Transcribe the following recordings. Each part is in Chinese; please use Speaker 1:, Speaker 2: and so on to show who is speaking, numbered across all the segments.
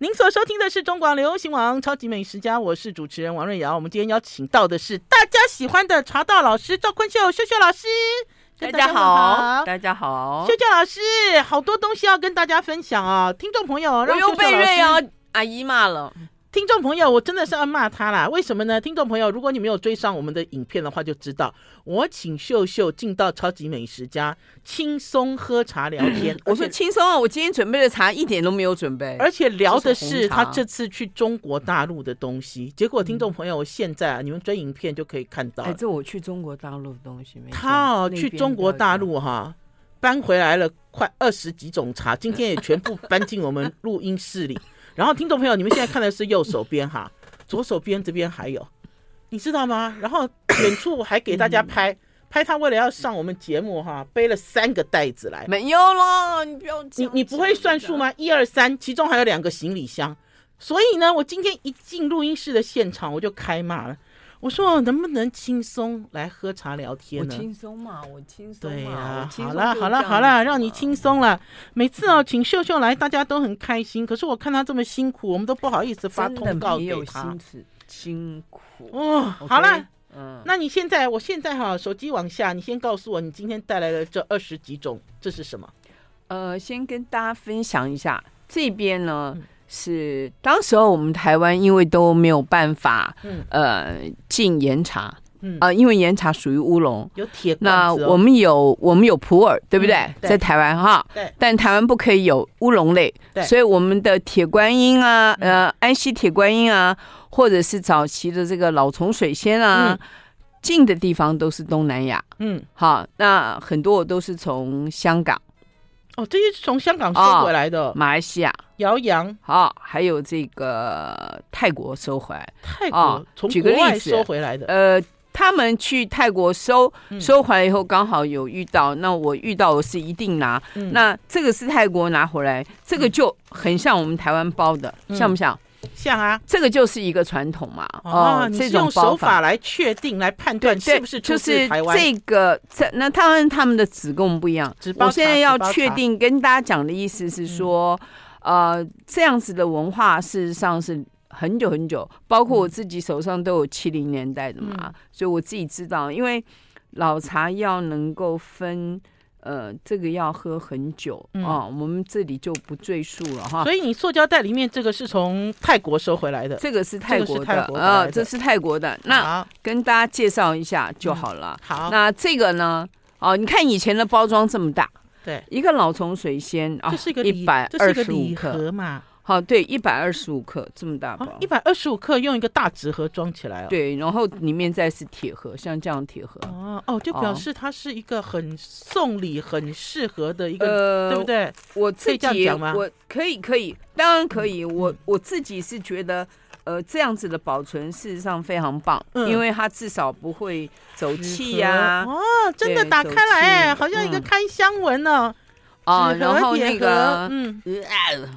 Speaker 1: 您所收听的是中广流行网《超级美食家》，我是主持人王瑞瑶。我们今天邀请到的是大家喜欢的茶道老师赵坤秀秀秀老师，跟
Speaker 2: 大家
Speaker 1: 哎好，
Speaker 2: 大家好
Speaker 1: 秀，秀老师，好多东西要跟大家分享啊！听众朋友，
Speaker 2: 我
Speaker 1: 让秀
Speaker 2: 又
Speaker 1: 秀
Speaker 2: 被
Speaker 1: 老
Speaker 2: 瑞
Speaker 1: 师
Speaker 2: 瑶阿姨骂了，
Speaker 1: 听众朋友，我真的是要骂他啦！为什么呢？听众朋友，如果你没有追上我们的影片的啊话，就知道我请秀秀进到超级美食家，轻松喝茶聊天。
Speaker 2: 我说轻松啊，我今天准备的茶一点都没有准备，
Speaker 1: 而且聊的是
Speaker 2: 就是红茶嗯
Speaker 1: 他这次去中国大陆的东西。结果听众朋友，现在啊，你们追影片就可以看到
Speaker 2: 哎，，这我去中国大陆的东西没错
Speaker 1: 他哦
Speaker 2: 那边
Speaker 1: 去中国大陆哈、搬回来了快二十几种茶，今天也全部搬进我们录音室里。然后听众朋友，你们现在看的是右手边哈，左手边这边还有，你知道吗？然后远处还给
Speaker 2: 嗯
Speaker 1: 大家拍。拍他为了要上我们节目哈，背了三个袋子来
Speaker 2: 比较，没有了，你不要这
Speaker 1: 你
Speaker 2: 样
Speaker 1: 你不会算数？吗？一二三，其中还有两个行李箱。所以呢，我今天一进录音室的现场，我就开骂了。我说哦能不能轻松来喝茶聊
Speaker 2: 我
Speaker 1: 天呢？
Speaker 2: 轻松嘛，我轻松
Speaker 1: 对
Speaker 2: 嘛，
Speaker 1: 呀
Speaker 2: 我、轻
Speaker 1: 好
Speaker 2: 松
Speaker 1: 啦
Speaker 2: 就
Speaker 1: 好啦
Speaker 2: 这样
Speaker 1: 好啦，
Speaker 2: 子
Speaker 1: 让你
Speaker 2: 嘛
Speaker 1: 轻松了。每次哦，请秀秀来，大家都很开心。可是我看她这么辛苦，我们都不好意思发
Speaker 2: 真的
Speaker 1: 通告
Speaker 2: 没有
Speaker 1: 给她
Speaker 2: 辛。苦辛苦。
Speaker 1: 哦，好
Speaker 2: OK？
Speaker 1: 啦，
Speaker 2: 嗯，
Speaker 1: 那你现在，我现在哈、手机往下，你先告诉我，你今天带来了这二十几种，这是什么？
Speaker 2: 呃，先跟大家分享一下，这边呢、
Speaker 1: 嗯
Speaker 2: 是当时候我们台湾因为都没有办法，
Speaker 1: 嗯
Speaker 2: 呃，进岩茶，
Speaker 1: 嗯，
Speaker 2: 啊，因为岩茶属于乌龙。
Speaker 1: 有铁
Speaker 2: 那
Speaker 1: 罐子、哦。
Speaker 2: 我们有我们有普洱，对不对？
Speaker 1: 嗯对
Speaker 2: 在台湾哈，
Speaker 1: 对
Speaker 2: 但台湾不可以有乌龙类
Speaker 1: 对，嗯
Speaker 2: 所以我们的铁观音啊，呃，安溪铁观音啊，或者是早期的这个老虫水仙啊，进的地方都是东南亚。
Speaker 1: 嗯，
Speaker 2: 哈，那很多我都是从香港、
Speaker 1: 哦，这些是从香港收回来的，
Speaker 2: 马来西亚，
Speaker 1: 辽阳、
Speaker 2: 好，还有这个泰国收回来。
Speaker 1: 泰
Speaker 2: 哦
Speaker 1: 国从
Speaker 2: 举个
Speaker 1: 国外
Speaker 2: 例子
Speaker 1: 收回来的。
Speaker 2: 呃，他们去泰国收
Speaker 1: 嗯
Speaker 2: 收回来以后，刚好有遇到，那我遇到我是一定拿。
Speaker 1: 嗯
Speaker 2: 那这个是泰国拿回来，这个就很像我们台湾包的，
Speaker 1: 嗯
Speaker 2: 像不像？
Speaker 1: 像啊，这
Speaker 2: 这个就是一个传统嘛。
Speaker 1: 啊，
Speaker 2: 哦，
Speaker 1: 你
Speaker 2: 这
Speaker 1: 是
Speaker 2: 种
Speaker 1: 用
Speaker 2: 包
Speaker 1: 手法来确定、来判断
Speaker 2: 对，
Speaker 1: 是不是出
Speaker 2: 就
Speaker 1: 自
Speaker 2: 是
Speaker 1: 台湾。
Speaker 2: 这个这那他们他们的纸跟我们不一样
Speaker 1: 纸。包
Speaker 2: 我现
Speaker 1: 茶
Speaker 2: 在
Speaker 1: 纸
Speaker 2: 要
Speaker 1: 包
Speaker 2: 确
Speaker 1: 茶嗯
Speaker 2: 定跟大家讲的意思是说，呃，这样子的文化事实上是。很久很久，包括我自己手上都有七零年代的嘛，
Speaker 1: 嗯
Speaker 2: 所以我自己知道，因为老茶要能够分，呃，这个要喝很久啊、
Speaker 1: 嗯
Speaker 2: 我们这里就不赘述了哈。
Speaker 1: 所以你塑胶袋里面这个是从泰国收回来的。
Speaker 2: 这个是
Speaker 1: 这
Speaker 2: 泰
Speaker 1: 个是
Speaker 2: 国
Speaker 1: 泰
Speaker 2: 的，
Speaker 1: 国回来
Speaker 2: 呃，
Speaker 1: 的
Speaker 2: 这是泰国的，那
Speaker 1: 好嗯
Speaker 2: 跟大家介绍一下就好了。
Speaker 1: 好，
Speaker 2: 那这个呢？哦，你看以前的包装这么大，
Speaker 1: 对，
Speaker 2: 一个老虫水仙啊
Speaker 1: 这是一个，礼
Speaker 2: 一百
Speaker 1: 这是
Speaker 2: 二
Speaker 1: 一个
Speaker 2: 十五
Speaker 1: 礼
Speaker 2: 克，
Speaker 1: 盒嘛，哦
Speaker 2: 好，对，一百二十五克这么大包，
Speaker 1: 一百二十五克用一个大纸盒装起来哦。，
Speaker 2: 对，然后里面再是铁盒，像这样铁盒，
Speaker 1: 哦哦，就表
Speaker 2: 哦
Speaker 1: 示它是一个很送礼、很适合的一个，
Speaker 2: 呃，
Speaker 1: 对不？对？
Speaker 2: 我
Speaker 1: 可
Speaker 2: 自
Speaker 1: 以这样
Speaker 2: 己
Speaker 1: 讲吗嗯
Speaker 2: 我可以可以，当然可以，我我自己是觉得。呃，这样子的保存事实上非常棒，
Speaker 1: 嗯
Speaker 2: 因为它至少不会走气呀、
Speaker 1: 哦，真的
Speaker 2: 对
Speaker 1: 打
Speaker 2: 手
Speaker 1: 开来，
Speaker 2: 气
Speaker 1: 好像一个
Speaker 2: 嗯
Speaker 1: 开箱文哦。
Speaker 2: 啊，
Speaker 1: 纸盒
Speaker 2: 然后
Speaker 1: 铁
Speaker 2: 那
Speaker 1: 盒
Speaker 2: 个，
Speaker 1: 嗯，
Speaker 2: 呃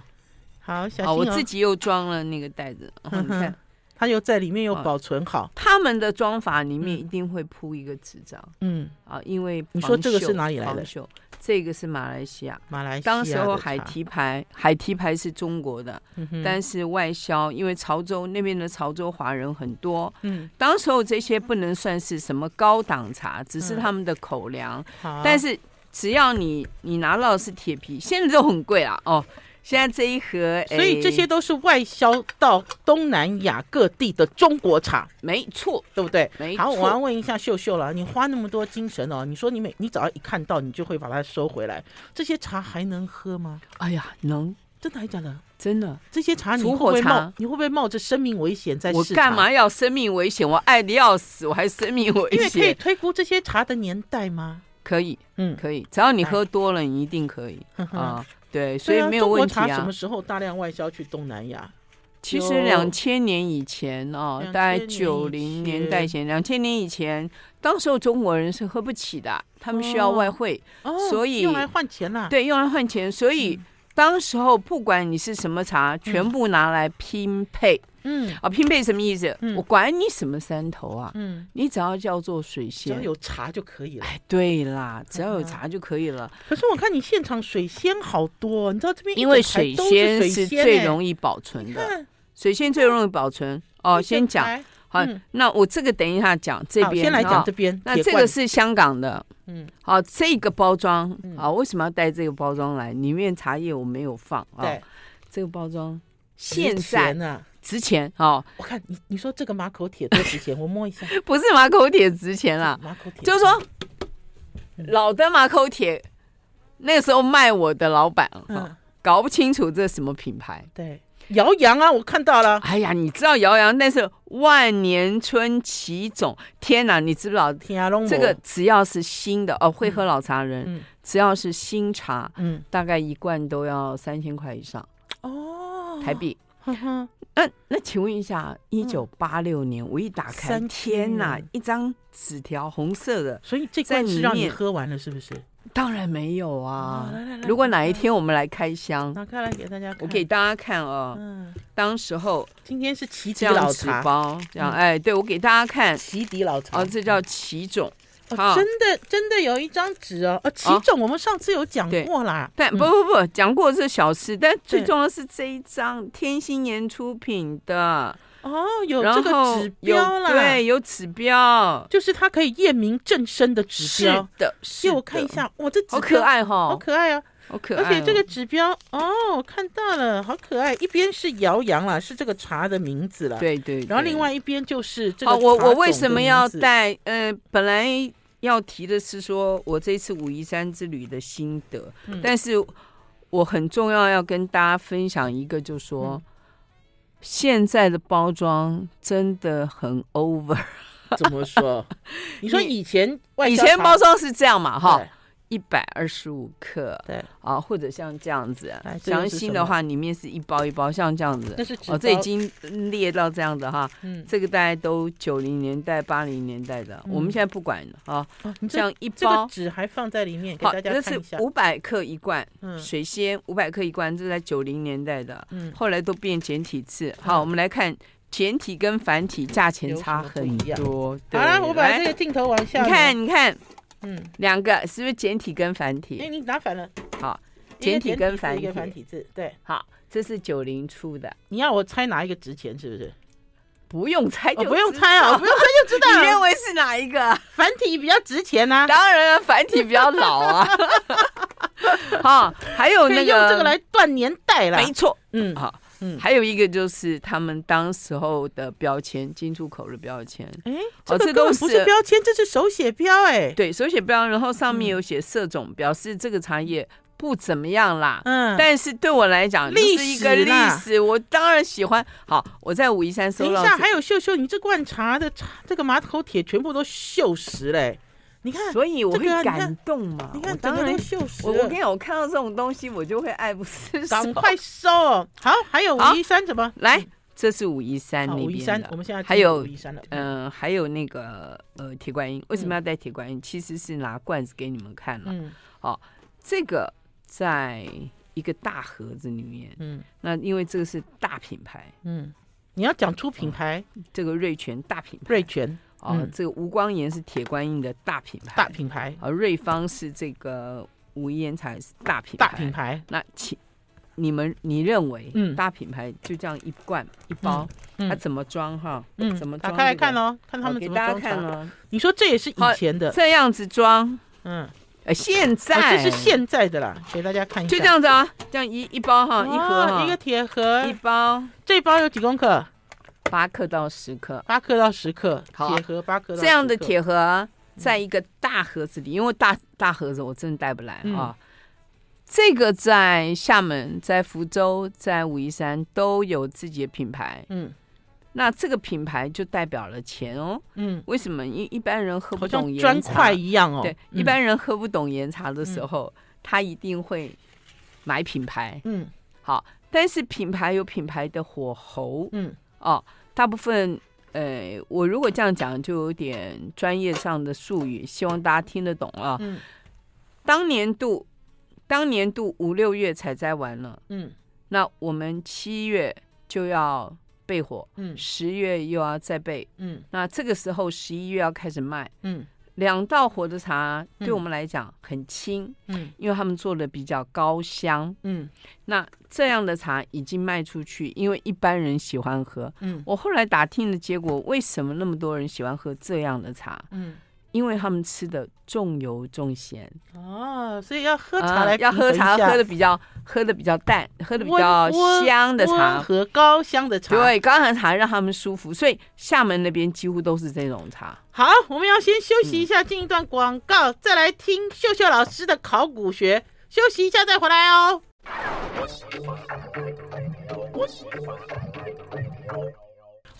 Speaker 1: 好，小心
Speaker 2: 啊，
Speaker 1: 哦。嗯
Speaker 2: 我自己又装了那个袋子，哦你看，
Speaker 1: 它又在里面又
Speaker 2: 哦
Speaker 1: 保存好。
Speaker 2: 他们的装法里面
Speaker 1: 嗯
Speaker 2: 一定会铺一个纸张
Speaker 1: 嗯，
Speaker 2: 啊，因为
Speaker 1: 你说这个
Speaker 2: 防
Speaker 1: 是
Speaker 2: 锈
Speaker 1: 哪里来的
Speaker 2: 防锈这个是马来西亚，
Speaker 1: 马哎来西亚
Speaker 2: 当
Speaker 1: 的
Speaker 2: 时候海
Speaker 1: 茶，
Speaker 2: 堤牌海堤牌是中国的，
Speaker 1: 嗯哼
Speaker 2: 但是外销，因为潮州那边的潮州华人很多，
Speaker 1: 嗯，
Speaker 2: 当时候这些不能算是什么高档茶，只是
Speaker 1: 嗯啊
Speaker 2: 他们的口粮，
Speaker 1: 好，
Speaker 2: 但是只要你你拿到的是铁皮，现在都很贵啦哦，现在这一盒，
Speaker 1: 所以
Speaker 2: 哎
Speaker 1: 这些都是外销到东南亚各地的中国茶，
Speaker 2: 没错
Speaker 1: 对不对？
Speaker 2: 没
Speaker 1: 好，我要
Speaker 2: 错，
Speaker 1: 问一下秀秀了，你花那么多精神哦，你说你每你只要一看到，你就会把它收回来，这些茶还能喝吗？
Speaker 2: 哎呀，能
Speaker 1: 真的还假的？
Speaker 2: 真的。
Speaker 1: 这些茶你会
Speaker 2: 煮
Speaker 1: 不
Speaker 2: 火
Speaker 1: 会冒
Speaker 2: 茶？
Speaker 1: 你会不会冒着生命危险在
Speaker 2: 我
Speaker 1: 试
Speaker 2: 干
Speaker 1: 茶
Speaker 2: 嘛？要生命危险？我爱的要死，我还生命危
Speaker 1: 因为可以
Speaker 2: 险？
Speaker 1: 推估这些茶的年代吗？
Speaker 2: 可以，
Speaker 1: 嗯，
Speaker 2: 可以，只要你喝多了，你一定可以
Speaker 1: 呵呵
Speaker 2: 啊。对，所
Speaker 1: 嗯对
Speaker 2: 以
Speaker 1: 啊
Speaker 2: 没有问题
Speaker 1: 中国茶什
Speaker 2: 啊
Speaker 1: 么。时候大量外销去东南亚？
Speaker 2: 其
Speaker 1: 有
Speaker 2: 实两千年以前哦，
Speaker 1: 2000
Speaker 2: 大概
Speaker 1: 年以
Speaker 2: 九零年代前，两千年以前，当时候中国人是喝不起的，他们需要
Speaker 1: 哦啊
Speaker 2: 外汇，
Speaker 1: 哦，
Speaker 2: 所以
Speaker 1: 用来换钱啦。嗯
Speaker 2: 对，用来换钱，所以当时候不管你是什么茶，全部拿来拼配
Speaker 1: 嗯
Speaker 2: 啊！拼配什么意思？
Speaker 1: 嗯
Speaker 2: 我管你什么山头啊，
Speaker 1: 嗯，
Speaker 2: 你只要叫做水
Speaker 1: 只要
Speaker 2: 仙，
Speaker 1: 有嗯茶就可以了。
Speaker 2: 哎，对啦，只要有茶就可以了，
Speaker 1: 可是我看你现场水仙好多哦，你知道这边一
Speaker 2: 因为
Speaker 1: 整排
Speaker 2: 水
Speaker 1: 都
Speaker 2: 仙
Speaker 1: 水
Speaker 2: 是
Speaker 1: 仙欸嗯
Speaker 2: 最
Speaker 1: 易
Speaker 2: 容易保存的，水仙最容易保存哦。先讲好
Speaker 1: 嗯，
Speaker 2: 那我这个等一下讲这边，哦
Speaker 1: 先来
Speaker 2: 哈
Speaker 1: 讲这边。
Speaker 2: 那
Speaker 1: 铁
Speaker 2: 这
Speaker 1: 罐
Speaker 2: 个是香港的，
Speaker 1: 嗯
Speaker 2: 好、这个包装
Speaker 1: 嗯
Speaker 2: 啊，为什么要带这个包装来？里面茶叶我没有放啊
Speaker 1: 对，，
Speaker 2: 这个包装
Speaker 1: 值
Speaker 2: 现在
Speaker 1: 钱啊，
Speaker 2: 值钱哦，
Speaker 1: 我看你你说这个马口铁多值钱，我摸 一下，
Speaker 2: 不是马口铁值钱啦，
Speaker 1: 马口铁
Speaker 2: 就是说
Speaker 1: 嗯
Speaker 2: 老的马口铁，那个时候卖我的老板啊、
Speaker 1: 嗯
Speaker 2: 搞不清楚这什么品牌。
Speaker 1: 对，姚洋啊，我看到了，
Speaker 2: 哎呀，你知道姚洋那是万年春奇种，天哪，你知不知道？
Speaker 1: 天龙
Speaker 2: 这个只要是新的哦，会喝老茶的人，
Speaker 1: 嗯
Speaker 2: 只要是新茶，
Speaker 1: 嗯
Speaker 2: 大概一罐都要三千块以上
Speaker 1: 哦，
Speaker 2: 台币。
Speaker 1: 哼哼
Speaker 2: 那那请问一下，一九八六
Speaker 1: 嗯
Speaker 2: 年我一打开，
Speaker 1: 3000
Speaker 2: 天哪
Speaker 1: 元，
Speaker 2: 一张纸条红色的，
Speaker 1: 所以这
Speaker 2: 在
Speaker 1: 罐
Speaker 2: 里
Speaker 1: 是让你
Speaker 2: 面
Speaker 1: 喝完了，是不是？
Speaker 2: 当然没有
Speaker 1: 啊
Speaker 2: 啊。
Speaker 1: 来来来
Speaker 2: 如果哪一
Speaker 1: 拿
Speaker 2: 天我们来开箱，
Speaker 1: 拿开来给大家看，
Speaker 2: 我给大家看哦，
Speaker 1: 嗯，
Speaker 2: 当时候
Speaker 1: 今天是奇
Speaker 2: 这
Speaker 1: 迪
Speaker 2: 样
Speaker 1: 老
Speaker 2: 纸
Speaker 1: 茶，嗯
Speaker 2: 包，这样哎，对我给大家看
Speaker 1: 奇迪老茶
Speaker 2: 哦，这叫奇种，
Speaker 1: 哦
Speaker 2: 好
Speaker 1: 真的真的有一张纸哦，呃，奇
Speaker 2: 哦
Speaker 1: 种我们上次有讲
Speaker 2: 对
Speaker 1: 过啦，
Speaker 2: 但
Speaker 1: 嗯
Speaker 2: 不不不，讲过是小事，但最
Speaker 1: 对
Speaker 2: 重要是这一张天心岩出品的，
Speaker 1: 哦，有
Speaker 2: 然
Speaker 1: 这
Speaker 2: 后
Speaker 1: 个指
Speaker 2: 有
Speaker 1: 标啦，
Speaker 2: 对，有指标，
Speaker 1: 就是它可以验明正身的指标。
Speaker 2: 的，是
Speaker 1: 借我看一
Speaker 2: 的，
Speaker 1: 下，哇，这指
Speaker 2: 好
Speaker 1: 标
Speaker 2: 可，爱哦哈，
Speaker 1: 好可爱啊！
Speaker 2: 好可爱哦、
Speaker 1: 而且这个指标哦，我看到了，好可爱。一边是姚洋啦，是这个茶的名字啦。。
Speaker 2: 对对
Speaker 1: 然后
Speaker 2: 对
Speaker 1: 另外一边就是这个
Speaker 2: 哦，我
Speaker 1: 茶
Speaker 2: 我为
Speaker 1: 种
Speaker 2: 什
Speaker 1: 的
Speaker 2: 么
Speaker 1: 名
Speaker 2: 要
Speaker 1: 字？
Speaker 2: 带？呃，本来要提的是说我这次武夷山之旅的心得，
Speaker 1: 嗯
Speaker 2: 但是我很重要要跟大家分享一个，就说。
Speaker 1: 嗯
Speaker 2: 现在的包装真的很 over，
Speaker 1: 怎么 说？你说
Speaker 2: 你
Speaker 1: 以前外
Speaker 2: 以
Speaker 1: 销
Speaker 2: 前
Speaker 1: 茶
Speaker 2: 包装是这样嘛，哈
Speaker 1: 对，
Speaker 2: 一百二十五克，
Speaker 1: 对
Speaker 2: 啊，或者像这样子
Speaker 1: 来，哎这
Speaker 2: 详
Speaker 1: 又是
Speaker 2: 细
Speaker 1: 什
Speaker 2: 的
Speaker 1: 么
Speaker 2: 话里面是一包一包，像这样子，
Speaker 1: 那是纸
Speaker 2: 哦，这已
Speaker 1: 包
Speaker 2: 经列到这样的哈，
Speaker 1: 嗯，
Speaker 2: 这个大概都九零年代、八零年代的，
Speaker 1: 嗯
Speaker 2: 我们现在不管了啊。
Speaker 1: 哦你这
Speaker 2: 这样一
Speaker 1: 这个
Speaker 2: 包，
Speaker 1: 纸还放在里面给
Speaker 2: 好，
Speaker 1: 大家
Speaker 2: 这
Speaker 1: 看
Speaker 2: 是
Speaker 1: 一下。
Speaker 2: 五百克一罐
Speaker 1: 嗯
Speaker 2: 水仙，五百克一罐，这是在九零年代的，
Speaker 1: 嗯，
Speaker 2: 后来都变简体字。好，我们来看简体跟繁体价钱
Speaker 1: 有什
Speaker 2: 差
Speaker 1: 么不
Speaker 2: 很
Speaker 1: 一样
Speaker 2: 多。
Speaker 1: 好
Speaker 2: 对
Speaker 1: 了，我把
Speaker 2: 来
Speaker 1: 这个镜头往下
Speaker 2: 你
Speaker 1: 挪，
Speaker 2: 看，你看
Speaker 1: 嗯，
Speaker 2: 两个是不是简体跟繁
Speaker 1: 哎，
Speaker 2: 体？
Speaker 1: 你拿反了，
Speaker 2: 好，
Speaker 1: 一个
Speaker 2: 简体跟
Speaker 1: 字
Speaker 2: 繁
Speaker 1: 一个繁
Speaker 2: 体。
Speaker 1: 体字，对，
Speaker 2: 好，这是九零出的，
Speaker 1: 你要我猜哪一个值钱是不是？
Speaker 2: 不用猜
Speaker 1: 哦，
Speaker 2: 哎就
Speaker 1: 不用
Speaker 2: 知
Speaker 1: 猜啊，
Speaker 2: 道
Speaker 1: 不用猜就知道
Speaker 2: 你
Speaker 1: 了
Speaker 2: 认。为是哪一个？
Speaker 1: 繁体比较值钱 呐、啊，
Speaker 2: 当然了，繁体比较老 啊。好，还有
Speaker 1: 可
Speaker 2: 那
Speaker 1: 以用这个来断年代啦。
Speaker 2: 没错，
Speaker 1: 嗯
Speaker 2: 好，
Speaker 1: 嗯，
Speaker 2: 还有一个就是他们当时候的标签，进出口的标签，
Speaker 1: 哎、
Speaker 2: 哦
Speaker 1: 这
Speaker 2: 这
Speaker 1: 个根
Speaker 2: 都
Speaker 1: 本不
Speaker 2: 是
Speaker 1: 是标签，这是手写标哎、
Speaker 2: 对，手写标，然后上面有写色种，表示这个茶叶不怎么样啦。
Speaker 1: 嗯，
Speaker 2: 但是对我来讲，
Speaker 1: 历
Speaker 2: 就是一
Speaker 1: 史
Speaker 2: 个历
Speaker 1: 啦
Speaker 2: 史，我当然喜欢。好，我在武夷山
Speaker 1: 等
Speaker 2: 收
Speaker 1: 一
Speaker 2: 到
Speaker 1: 下，
Speaker 2: 这，
Speaker 1: 还有秀秀，你这罐茶的茶，这个马口铁全部都锈蚀嘞、你看，
Speaker 2: 所以我会
Speaker 1: 这个啊你看
Speaker 2: 感动嘛。
Speaker 1: 你
Speaker 2: 我
Speaker 1: 看，整
Speaker 2: 当
Speaker 1: 个
Speaker 2: 然
Speaker 1: 都，锈蚀
Speaker 2: 我我跟你
Speaker 1: 了。
Speaker 2: 讲，我看到这种东西，我就会爱不释手。
Speaker 1: 赶快收哦！好，还有
Speaker 2: 好
Speaker 1: 武夷山怎么？
Speaker 2: 来，这是武夷山
Speaker 1: 嗯好
Speaker 2: 那
Speaker 1: 武夷
Speaker 2: 边
Speaker 1: 山，我
Speaker 2: 的，
Speaker 1: 们现在
Speaker 2: 还有
Speaker 1: 进入武夷山了。
Speaker 2: 嗯、还有那个呃铁观音，为什么要带铁观音？其实是拿罐子给你们看了。
Speaker 1: 嗯
Speaker 2: 这个在一个大盒子里面，
Speaker 1: 嗯
Speaker 2: 那因为这个是大品牌，
Speaker 1: 嗯，你要讲出品牌，
Speaker 2: 这个瑞泉大哦品牌
Speaker 1: 瑞泉
Speaker 2: 啊、
Speaker 1: 嗯
Speaker 2: 这个吴光岩是铁观音的大品牌，
Speaker 1: 大品牌，
Speaker 2: 啊，瑞芳是这个无烟茶是大品牌，
Speaker 1: 大品牌，
Speaker 2: 那请。你们，你认为，
Speaker 1: 嗯
Speaker 2: 大品牌就这样一罐一包，
Speaker 1: 嗯
Speaker 2: 它怎么装哈？
Speaker 1: 嗯，
Speaker 2: 怎么
Speaker 1: 打
Speaker 2: 装、
Speaker 1: 开来看，哦，看他
Speaker 2: 好
Speaker 1: 们
Speaker 2: 给
Speaker 1: 怎么
Speaker 2: 大家
Speaker 1: 装
Speaker 2: 看
Speaker 1: 茶。
Speaker 2: 哦。
Speaker 1: 你说这也是以前的，
Speaker 2: 这样子装，
Speaker 1: 嗯，
Speaker 2: 呃，现
Speaker 1: 哦
Speaker 2: 在、
Speaker 1: 这是现在的啦，给大家看一下。
Speaker 2: 就这样子啊，这样一一包哈，
Speaker 1: 哦，
Speaker 2: 一盒哈，
Speaker 1: 一个铁盒
Speaker 2: 一，包
Speaker 1: 这包有几公克？
Speaker 2: 八克到十克，
Speaker 1: 八克到十克，
Speaker 2: 好啊
Speaker 1: 铁盒八克到
Speaker 2: 这样的
Speaker 1: 10克，
Speaker 2: 铁盒在一个大盒子里，因为大大盒子我真的带不来啊。这个在厦门、在福州、在武夷山都有自己的品牌，
Speaker 1: 嗯
Speaker 2: 那这个品牌就代表了钱哦。
Speaker 1: 嗯，
Speaker 2: 为什么？一一般人喝不
Speaker 1: 好
Speaker 2: 懂
Speaker 1: 像
Speaker 2: 岩
Speaker 1: 砖
Speaker 2: 茶
Speaker 1: 块一样哦。
Speaker 2: 对，
Speaker 1: 嗯
Speaker 2: 一般人喝不懂岩茶的时候，他一定会买品牌。
Speaker 1: 嗯
Speaker 2: 好，但是品牌有品牌的火候
Speaker 1: 嗯
Speaker 2: 哦，大部分。呃，我如果这样讲，就有点专业上的术语，希望大家听得懂啊。
Speaker 1: 嗯
Speaker 2: 当年度当年度五六月采摘完了，
Speaker 1: 嗯
Speaker 2: 那我们七月就要备货，
Speaker 1: 嗯
Speaker 2: 十月又要再备，
Speaker 1: 嗯
Speaker 2: 那这个时候十一月要开始卖。
Speaker 1: 嗯
Speaker 2: 两道活的茶对
Speaker 1: 嗯
Speaker 2: 我们来讲很轻，
Speaker 1: 嗯
Speaker 2: 因为他们做的比较高香。
Speaker 1: 嗯
Speaker 2: 那这样的茶已经卖出去，因为一般人喜欢喝。
Speaker 1: 嗯
Speaker 2: 我后来打听的结果，为什么那么多人喜欢喝这样的茶？
Speaker 1: 嗯，
Speaker 2: 因为他们吃的重油重咸，
Speaker 1: 哦，所以要喝茶
Speaker 2: 啊
Speaker 1: 来
Speaker 2: 要
Speaker 1: 平衡
Speaker 2: 喝
Speaker 1: 一
Speaker 2: 茶
Speaker 1: 下
Speaker 2: 喝的比较喝的比较淡，喝的比
Speaker 1: 温
Speaker 2: 较
Speaker 1: 温
Speaker 2: 香的
Speaker 1: 温
Speaker 2: 茶。
Speaker 1: 和高香的茶。，
Speaker 2: 对，高粱茶让他们舒服，所以厦门那边几乎都是这种茶。
Speaker 1: 好，我们要先休息一下，进一段广告，再来听秀秀老师的考古学。休息一下再回来哦。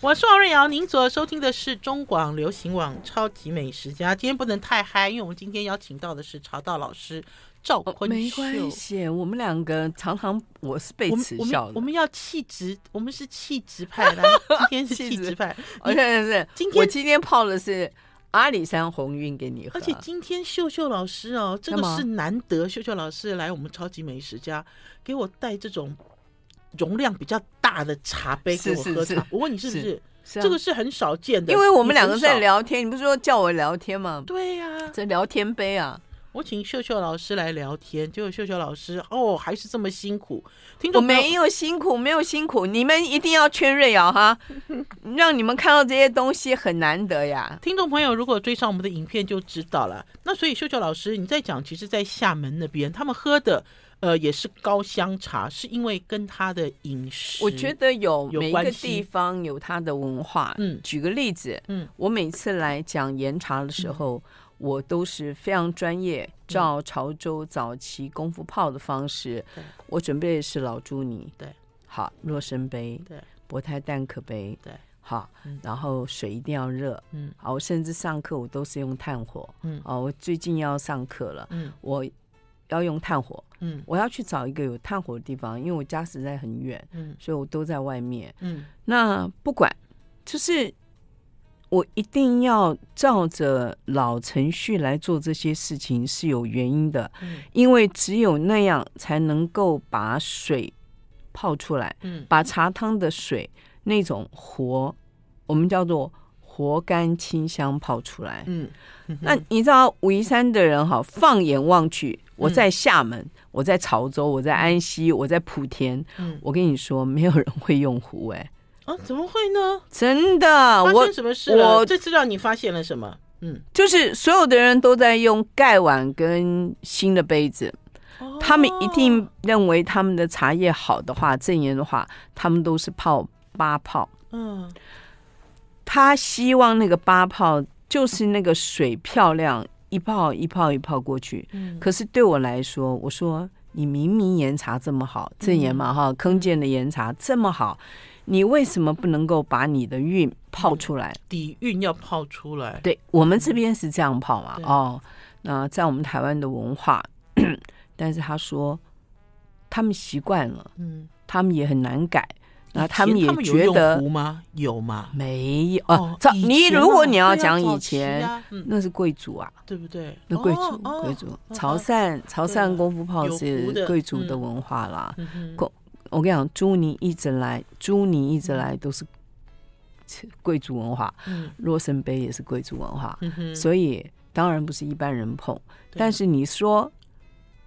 Speaker 1: 我是王瑞瑶，您所收听的是中广流行网《超级美食家》。今天不能太嗨，因为我们今天邀请到的是茶道老师赵
Speaker 2: 哦、
Speaker 1: 坤秀。
Speaker 2: 没关系，我们两个常常我是被
Speaker 1: 我们
Speaker 2: 耻
Speaker 1: 我
Speaker 2: 笑
Speaker 1: 们
Speaker 2: 的，
Speaker 1: 我们要气质，我们是气质派的，今天是
Speaker 2: 气
Speaker 1: 气
Speaker 2: 质
Speaker 1: 质 派。
Speaker 2: 而且是
Speaker 1: 今天
Speaker 2: 我今天泡的是阿里山红运给你喝，
Speaker 1: 而且今天秀秀老师哦，这
Speaker 2: 干
Speaker 1: 个
Speaker 2: 嘛
Speaker 1: 是难得，秀秀老师来我们超级美食家给我带这种容量比较大的茶杯给
Speaker 2: 是
Speaker 1: 我
Speaker 2: 是
Speaker 1: 喝
Speaker 2: 是
Speaker 1: 茶。我问你是不
Speaker 2: 是
Speaker 1: 是？
Speaker 2: 是啊
Speaker 1: 这个是很少见的，
Speaker 2: 因为我们两个
Speaker 1: 也很
Speaker 2: 在
Speaker 1: 少。
Speaker 2: 聊天，你不是说叫我聊天吗？
Speaker 1: 对呀、
Speaker 2: 这聊天杯啊，
Speaker 1: 我请秀秀老师来聊天，结果秀秀老师哦还是这么辛苦。听
Speaker 2: 我
Speaker 1: 众朋友
Speaker 2: 没有辛苦，没有辛苦，你们一定要圈瑞瑶 哈，让你们看到这些东西很难得呀。
Speaker 1: 听众朋友如果追上我们的影片就知道了。那所以秀秀老师，你在讲，其实，在厦门那边他们喝的呃也是高香茶，是因为跟他的饮食，
Speaker 2: 我觉得有
Speaker 1: 有
Speaker 2: 每一
Speaker 1: 关
Speaker 2: 个
Speaker 1: 系
Speaker 2: 地方有它的文化。
Speaker 1: 嗯
Speaker 2: 举个例子，
Speaker 1: 嗯，
Speaker 2: 我每次来讲岩茶的时候，我都是非常专业，
Speaker 1: 嗯
Speaker 2: 照潮州早期功夫泡的方式，
Speaker 1: 对
Speaker 2: 我准备的是老朱泥，
Speaker 1: 对，
Speaker 2: 好洛参杯，
Speaker 1: 对，
Speaker 2: 博泰蛋壳杯，
Speaker 1: 对，
Speaker 2: 好
Speaker 1: 嗯，
Speaker 2: 然后水一定要热，
Speaker 1: 嗯，
Speaker 2: 好，我甚至上课我都是用炭火，
Speaker 1: 嗯
Speaker 2: 哦，我最近要上课了，
Speaker 1: 嗯
Speaker 2: 我要用炭火，
Speaker 1: 嗯
Speaker 2: 我要去找一个有炭火的地方，因为我家实在很远，
Speaker 1: 嗯
Speaker 2: 所以我都在外面，
Speaker 1: 嗯
Speaker 2: 那不管，就是我一定要照着老程序来做这些事情是有原因的，
Speaker 1: 嗯
Speaker 2: 因为只有那样才能够把水泡出来，
Speaker 1: 嗯
Speaker 2: 把茶汤的水那种活，我们叫做活甘清香泡出来。
Speaker 1: 嗯，
Speaker 2: 那你知道武夷山的人哈，放眼望去，我
Speaker 1: 嗯
Speaker 2: 在厦门，我在潮州，我在安溪，我在莆田，
Speaker 1: 嗯
Speaker 2: 我跟你说，没有人会用壶哎、
Speaker 1: 啊，怎么会呢？
Speaker 2: 真的，
Speaker 1: 发
Speaker 2: 啊我
Speaker 1: 生什么事了？
Speaker 2: 我
Speaker 1: 这次让你发现了什么？嗯，
Speaker 2: 就是所有的人都在用盖碗跟新的杯子，
Speaker 1: 哦
Speaker 2: 他们一定认为他们的茶叶好的话，正言的话，他们都是泡八泡。
Speaker 1: 嗯
Speaker 2: 他希望那个八泡就是那个水漂亮，一泡一泡一泡过去。
Speaker 1: 嗯
Speaker 2: 可是对我来说，我说你明明岩茶这么好，正岩嘛哈，坑建的岩茶这么好，你为什么不能够把你的韵泡出来？
Speaker 1: 底蕴要泡出来。
Speaker 2: 对我们这边是这样泡嘛
Speaker 1: 嗯对，
Speaker 2: 哦，那在我们台湾的文化， 但是他说他们习惯了，
Speaker 1: 嗯，
Speaker 2: 他们也很难改，那
Speaker 1: 以前
Speaker 2: 啊他们也
Speaker 1: 有
Speaker 2: 觉
Speaker 1: 用
Speaker 2: 得
Speaker 1: 壶吗？有吗？
Speaker 2: 没有
Speaker 1: 哦
Speaker 2: 哦，早
Speaker 1: 以
Speaker 2: 你
Speaker 1: 前
Speaker 2: 如果
Speaker 1: 啊
Speaker 2: 你要
Speaker 1: 对啊
Speaker 2: 讲以
Speaker 1: 早期
Speaker 2: 前，
Speaker 1: 啊嗯，
Speaker 2: 那是贵族啊，
Speaker 1: 对不对？
Speaker 2: 那贵
Speaker 1: 哦
Speaker 2: 族
Speaker 1: 哦
Speaker 2: 贵族
Speaker 1: 哦
Speaker 2: 潮
Speaker 1: 哦
Speaker 2: 汕潮
Speaker 1: 对
Speaker 2: 汕
Speaker 1: 了
Speaker 2: 功夫泡
Speaker 1: 有
Speaker 2: 是
Speaker 1: 壶的
Speaker 2: 贵族的
Speaker 1: 嗯
Speaker 2: 文化啦。
Speaker 1: 嗯哼
Speaker 2: 过我跟你讲，朱尼一直来，朱尼一直来都是贵族文化，
Speaker 1: 嗯
Speaker 2: 洛神杯也是贵族文化。
Speaker 1: 嗯哼
Speaker 2: 所以当然不是一般人碰。
Speaker 1: 对
Speaker 2: 但是你说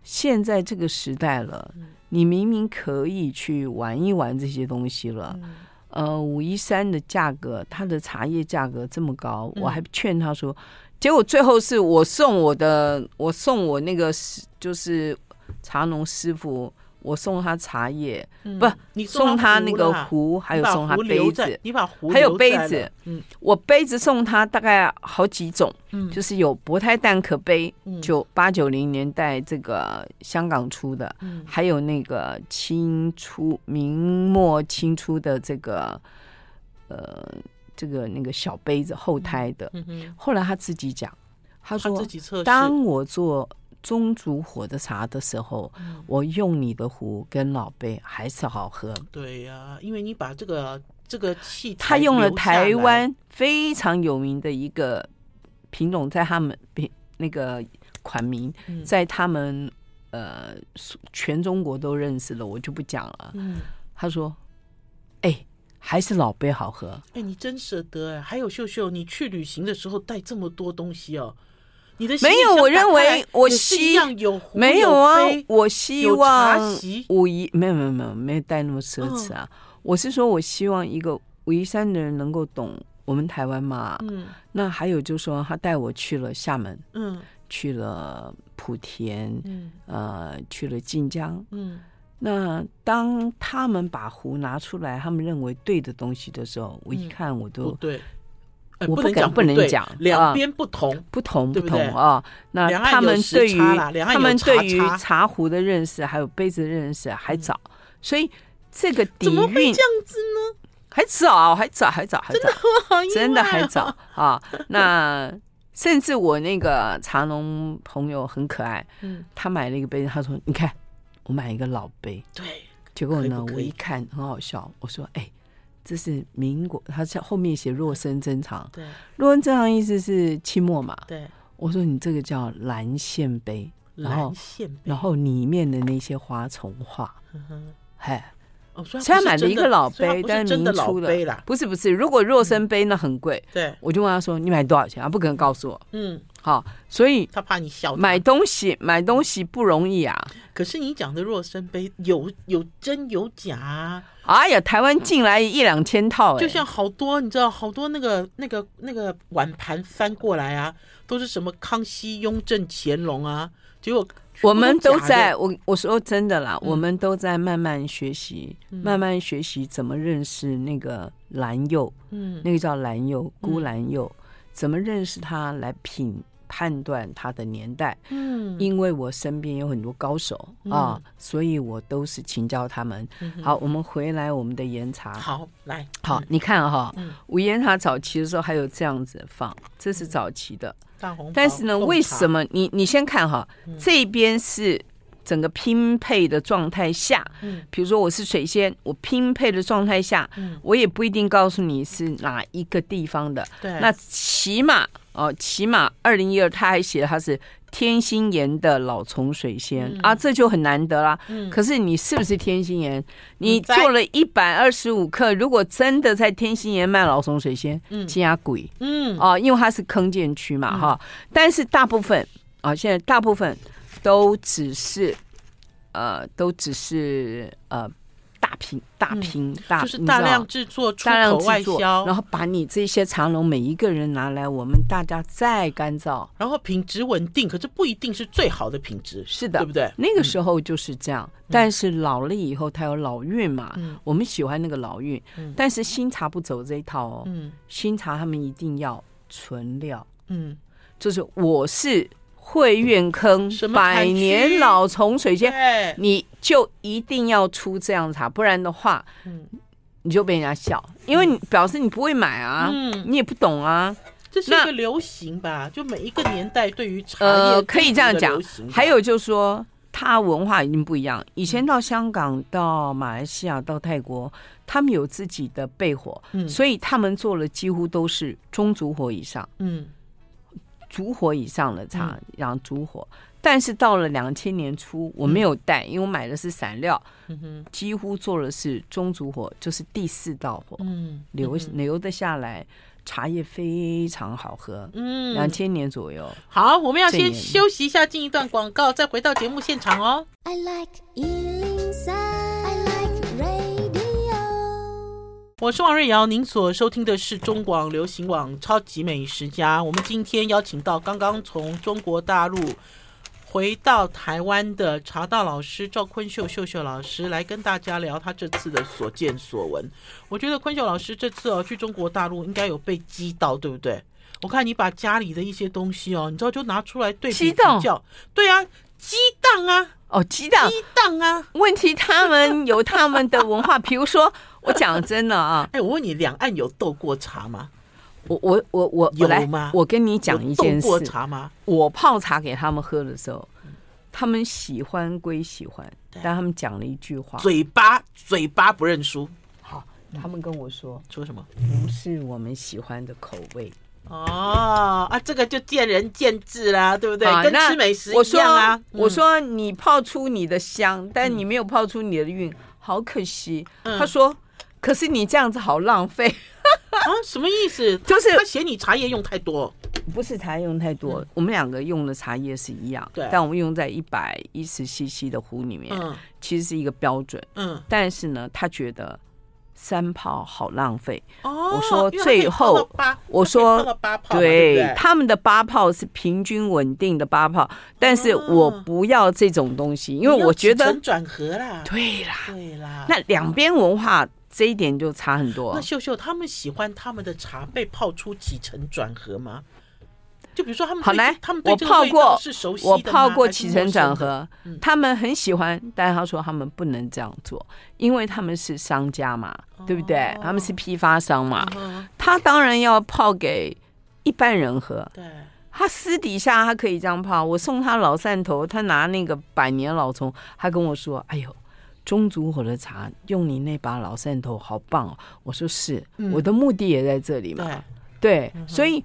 Speaker 2: 现在这个时代了，
Speaker 1: 嗯
Speaker 2: 你明明可以去玩一玩这些东西了。
Speaker 1: 嗯
Speaker 2: 呃，武夷山的价格，它的茶叶价格这么高，
Speaker 1: 嗯
Speaker 2: 我还劝他说，结果最后是我送我的，我送我那个师就是茶农师傅，我送他茶叶，
Speaker 1: 嗯
Speaker 2: 不
Speaker 1: 你
Speaker 2: 送他那个
Speaker 1: 壶啦，
Speaker 2: 壶，还
Speaker 1: 你
Speaker 2: 有
Speaker 1: 把
Speaker 2: 送他
Speaker 1: 壶
Speaker 2: 杯
Speaker 1: 留
Speaker 2: 子
Speaker 1: 在，，你把壶
Speaker 2: 还有
Speaker 1: 留
Speaker 2: 杯
Speaker 1: 在了
Speaker 2: 子，
Speaker 1: 嗯
Speaker 2: 我杯子送他大概好几种，
Speaker 1: 嗯
Speaker 2: 就是有博泰蛋壳杯，
Speaker 1: 嗯
Speaker 2: 九八九零年代这个香港出的，
Speaker 1: 嗯
Speaker 2: 还有那个清初明末清初的这个呃这个那个小杯子后胎的。
Speaker 1: 嗯哼，
Speaker 2: 后来他自己讲，
Speaker 1: 他
Speaker 2: 他说
Speaker 1: 自己测试，
Speaker 2: 当我做中竹火的茶的时候，
Speaker 1: 嗯
Speaker 2: 我用你的壶跟老杯还是好喝。
Speaker 1: 对呀，因为你把这个这个气，
Speaker 2: 他用了台湾非常有名的一个品种，在他们品那个款名
Speaker 1: 嗯，
Speaker 2: 在他们呃全中国都认识了，我就不讲了。
Speaker 1: 嗯，
Speaker 2: 他说：“哎、还是老杯好喝。
Speaker 1: 哎、你真舍得哎、还有秀秀，你去旅行的时时候带这么多东西哦，你的行
Speaker 2: 没
Speaker 1: 李
Speaker 2: 有
Speaker 1: 箱
Speaker 2: 我
Speaker 1: 打
Speaker 2: 认
Speaker 1: 开
Speaker 2: 为
Speaker 1: 来
Speaker 2: 我
Speaker 1: 也是一
Speaker 2: 希
Speaker 1: 样有壶
Speaker 2: 没有啊
Speaker 1: 杯，
Speaker 2: 我希
Speaker 1: 有茶
Speaker 2: 望
Speaker 1: 席
Speaker 2: 五一没有没有没有没有带那么奢侈啊。
Speaker 1: 嗯
Speaker 2: 我是说，我希望一个武夷山的人能够懂我们台湾嘛。
Speaker 1: 嗯
Speaker 2: 那还有就是说，他带我去了厦门，
Speaker 1: 嗯
Speaker 2: 去了莆田，
Speaker 1: 嗯
Speaker 2: 呃，去了晋江。
Speaker 1: 嗯
Speaker 2: 那当他们把壶拿出来，他们认为对的东西的时候，我一
Speaker 1: 嗯
Speaker 2: 看我
Speaker 1: 不
Speaker 2: 都
Speaker 1: 对，哎不
Speaker 2: 我不
Speaker 1: 能
Speaker 2: 敢
Speaker 1: 讲
Speaker 2: 不能
Speaker 1: 对
Speaker 2: 讲啊
Speaker 1: 两边不同，
Speaker 2: 不同不
Speaker 1: 对不
Speaker 2: 同
Speaker 1: 对
Speaker 2: 啊。那
Speaker 1: 两岸
Speaker 2: 他
Speaker 1: 有
Speaker 2: 们
Speaker 1: 时
Speaker 2: 对于
Speaker 1: 差啦两岸
Speaker 2: 他
Speaker 1: 有
Speaker 2: 们
Speaker 1: 茶
Speaker 2: 对于
Speaker 1: 差
Speaker 2: 茶壶的认识，还有杯子的认识还早，所以这个底
Speaker 1: 怎么会
Speaker 2: 蕴
Speaker 1: 这样子呢？
Speaker 2: 还早，还早，还早，还早，
Speaker 1: 好意
Speaker 2: 真的
Speaker 1: 外
Speaker 2: 还
Speaker 1: 啊
Speaker 2: 早 啊。那甚至我那个茶农朋友很可爱，
Speaker 1: 嗯，
Speaker 2: 他买了一个杯子，他说：“你看，我买一个老杯。”
Speaker 1: 对，
Speaker 2: 结果呢
Speaker 1: 可以不，可以
Speaker 2: 我一看很好笑，我说：“哎、这是民国，他是后面写若生珍藏，
Speaker 1: 对
Speaker 2: 若生珍藏意思是清末嘛。
Speaker 1: 对，”
Speaker 2: 我说：“你这个叫蓝线杯，然后
Speaker 1: 蓝线杯
Speaker 2: 然后里面的那些花重画，
Speaker 1: 嗯哼
Speaker 2: 哎，
Speaker 1: 哦，所以它不是
Speaker 2: 虽然买了
Speaker 1: 真
Speaker 2: 一个
Speaker 1: 的
Speaker 2: 老
Speaker 1: 所以它
Speaker 2: 杯，
Speaker 1: 不
Speaker 2: 但
Speaker 1: 是真
Speaker 2: 民
Speaker 1: 的老
Speaker 2: 初的
Speaker 1: 杯啦，
Speaker 2: 不是不是，如果若生杯那很贵，
Speaker 1: 对，
Speaker 2: 我就问他说：你买多少钱？他不肯告诉我。
Speaker 1: 嗯，
Speaker 2: 好，所以
Speaker 1: 他怕你笑他
Speaker 2: 买东西买东西不容易啊。
Speaker 1: 可是你讲的若生杯有有真有假、啊，
Speaker 2: 哎呀，台湾进来一两千套、哎，
Speaker 1: 就像好多你知道好多那个那个那个碗盘翻过来啊，都是什么康熙、雍正、乾隆啊，结果全部
Speaker 2: 我们都
Speaker 1: 假的嗯
Speaker 2: 在，我我说真的啦，我们都在慢慢学习，慢慢学习怎么认识那个蓝釉，
Speaker 1: 嗯
Speaker 2: 那个叫蓝釉，孤蓝釉，怎么认识它来品判断它的年代。
Speaker 1: 嗯
Speaker 2: 因为我身边有很多高手啊，所以我都是请教他们。好，我们回来我们的岩茶。
Speaker 1: 嗯好嗯来
Speaker 2: 好，你看哈、五岩茶早期的时候还有这样子放，这
Speaker 1: 嗯
Speaker 2: 是早期的。
Speaker 1: 大红袍，
Speaker 2: 但是呢，
Speaker 1: 凤
Speaker 2: 为
Speaker 1: 茶嗯
Speaker 2: 什么你你先看哈，这边是整个拼配的状态下，
Speaker 1: 嗯
Speaker 2: 比如说我是水仙，我拼配的状态下，
Speaker 1: 嗯
Speaker 2: 我也不一定告诉你是哪一个地方的，
Speaker 1: 对
Speaker 2: 那起码哦，起码二零一二他还写了他是天心岩的老虫水仙、啊，这就很难得啦。
Speaker 1: 嗯
Speaker 2: 可是你是不是天心岩？你
Speaker 1: 在
Speaker 2: 做了一百二十五克，如果真的在天心岩卖老虫水仙，
Speaker 1: 嗯
Speaker 2: 加鬼。
Speaker 1: 嗯
Speaker 2: 哦，因为它是坑建区嘛，哈、但是大部分啊、现在大部分都只是呃，都只是呃大拼大拼、
Speaker 1: 嗯
Speaker 2: 大，
Speaker 1: 就是
Speaker 2: 啊你
Speaker 1: 大
Speaker 2: 知道
Speaker 1: 量制作出
Speaker 2: 大量
Speaker 1: 口外
Speaker 2: 制作，
Speaker 1: 销，
Speaker 2: 然后把你这些长龙每一个人拿来，我们大家再干燥。
Speaker 1: 然后品质稳定，可这不一定是最好的品质，
Speaker 2: 是的
Speaker 1: 对不对？
Speaker 2: 那个时候就是这样，但是老了以后它有老韵嘛，
Speaker 1: 嗯
Speaker 2: 我们喜欢那个老韵，
Speaker 1: 嗯
Speaker 2: 但是新茶不走这一套哦，
Speaker 1: 嗯
Speaker 2: 新茶他们一定要纯料。
Speaker 1: 嗯，
Speaker 2: 就是我是会院坑
Speaker 1: 什么产
Speaker 2: 百
Speaker 1: 区
Speaker 2: 年老虫水仙，
Speaker 1: 对，
Speaker 2: 你就一定要出这样茶，不然的话，
Speaker 1: 嗯
Speaker 2: 你就被人家笑，因为你表示你不会买啊，
Speaker 1: 嗯，
Speaker 2: 你也不懂啊。
Speaker 1: 这是一
Speaker 2: 那
Speaker 1: 个流行吧？就每一个年代对于茶叶
Speaker 2: 呃，
Speaker 1: 制
Speaker 2: 可以
Speaker 1: 度
Speaker 2: 这样
Speaker 1: 的
Speaker 2: 讲
Speaker 1: 流行。吧
Speaker 2: 还有就是说，它文化已经不一样。以前到香港、到马来西亚、到泰国，他们有自己的焙火，
Speaker 1: 嗯
Speaker 2: 所以他们做了几乎都是中烛火以上。
Speaker 1: 嗯
Speaker 2: 烛火以上的茶，然后烛火。但是到了两千年初，我没有带，因为我买的是散料，
Speaker 1: 嗯哼
Speaker 2: 几乎做的是中烛火，就是第四道火，
Speaker 1: 嗯
Speaker 2: 留留得下来，茶叶非常好喝。两
Speaker 1: 嗯，
Speaker 2: 千年左右，
Speaker 1: 好，我们要
Speaker 2: 这
Speaker 1: 先
Speaker 2: 年
Speaker 1: 休息一下，进一段广告，再回到节目现场哦。
Speaker 3: I like Ealing Sound. I like radio.
Speaker 1: 我是王瑞瑶，您所收听的是中广流行网《超级美食家》。我们今天邀请到刚刚从中国大陆回到台湾的茶道老师赵坤秀秀秀老师，来跟大家聊他这次的所见所闻。我觉得坤秀老师这次哦去中国大陆应该有被激到，对不对？我看你把家里的一些东西哦，你知道就拿出来对比
Speaker 2: 激
Speaker 1: 比
Speaker 2: 动
Speaker 1: 较，对啊，激荡啊，
Speaker 2: 哦，激荡。
Speaker 1: 激荡啊！
Speaker 2: 问题他们有他们的 文化，比如说，我讲真的啊，
Speaker 1: 哎，我问你，两岸有斗过茶吗？
Speaker 2: 我我我我
Speaker 1: 有
Speaker 2: 我来
Speaker 1: 吗，
Speaker 2: 我跟你讲
Speaker 1: 有
Speaker 2: 一件
Speaker 1: 斗过
Speaker 2: 事，
Speaker 1: 茶吗？
Speaker 2: 我泡茶给他们喝的时候，他们喜欢归喜欢，
Speaker 1: 对
Speaker 2: 但他们讲了一句话，
Speaker 1: 嘴巴嘴巴不认输，
Speaker 2: 嗯好，他们跟我说嗯
Speaker 1: 说什么？
Speaker 2: 不是我们喜欢的口味，
Speaker 1: 哦啊，这个就见仁见智啦，对不对？
Speaker 2: 啊
Speaker 1: 跟
Speaker 2: 那
Speaker 1: 吃美食
Speaker 2: 我
Speaker 1: 一
Speaker 2: 说
Speaker 1: 样啊。嗯
Speaker 2: 我说你泡出你的香，但你没有泡出你的韵，好可惜。
Speaker 1: 嗯
Speaker 2: 他说，可是你这样子好浪 费，
Speaker 1: 啊，什么意思？
Speaker 2: 就是
Speaker 1: 他嫌你茶叶用太多，
Speaker 2: 不是茶用太多，我们两个用的茶叶是一样，
Speaker 1: 对
Speaker 2: 但我们用在一百一十 CC 的壶里面，
Speaker 1: 嗯
Speaker 2: 其实是一个标准。
Speaker 1: 嗯，
Speaker 2: 但是呢，他觉得三泡好浪费。
Speaker 1: 哦，
Speaker 2: 我说
Speaker 1: 因为它可以
Speaker 2: 最后
Speaker 1: 泡到八
Speaker 2: 我
Speaker 1: 它可以
Speaker 2: 说
Speaker 1: 泡到八泡嘛，对不对
Speaker 2: 他们的八泡是平均稳定的八泡，但
Speaker 1: 啊
Speaker 2: 是我不要这种东西，因
Speaker 1: 你
Speaker 2: 为
Speaker 1: 要
Speaker 2: 我觉
Speaker 1: 起
Speaker 2: 得
Speaker 1: 承转合啦，
Speaker 2: 对啦，
Speaker 1: 对啦。
Speaker 2: 那两边文化这一点就差很多
Speaker 1: 那。秀秀他们喜欢他们的茶被泡出起承转合吗？就比如说他们
Speaker 2: 好
Speaker 1: 对
Speaker 2: 来
Speaker 1: 这他们对
Speaker 2: 我
Speaker 1: 这个
Speaker 2: 泡
Speaker 1: 味道
Speaker 2: 过
Speaker 1: 是熟悉的吗
Speaker 2: 我泡过
Speaker 1: 还是
Speaker 2: 起
Speaker 1: 陌
Speaker 2: 承转
Speaker 1: 生的嗯
Speaker 2: 合，他们很喜欢，但是他说他们不能这样做，因为他们是商家嘛，对不对？他们是批发商嘛，
Speaker 1: 哦嗯
Speaker 2: 他当然要泡给一般人喝。
Speaker 1: 对，
Speaker 2: 他私底下他可以这样泡，我送他老汕头，他拿那个百年老虫，他跟我说：“哎呦，中族火的茶用你那把老汕头好棒哦。”我说是：“我的目的也在这里嘛。
Speaker 1: 嗯对，嗯
Speaker 2: 对，所以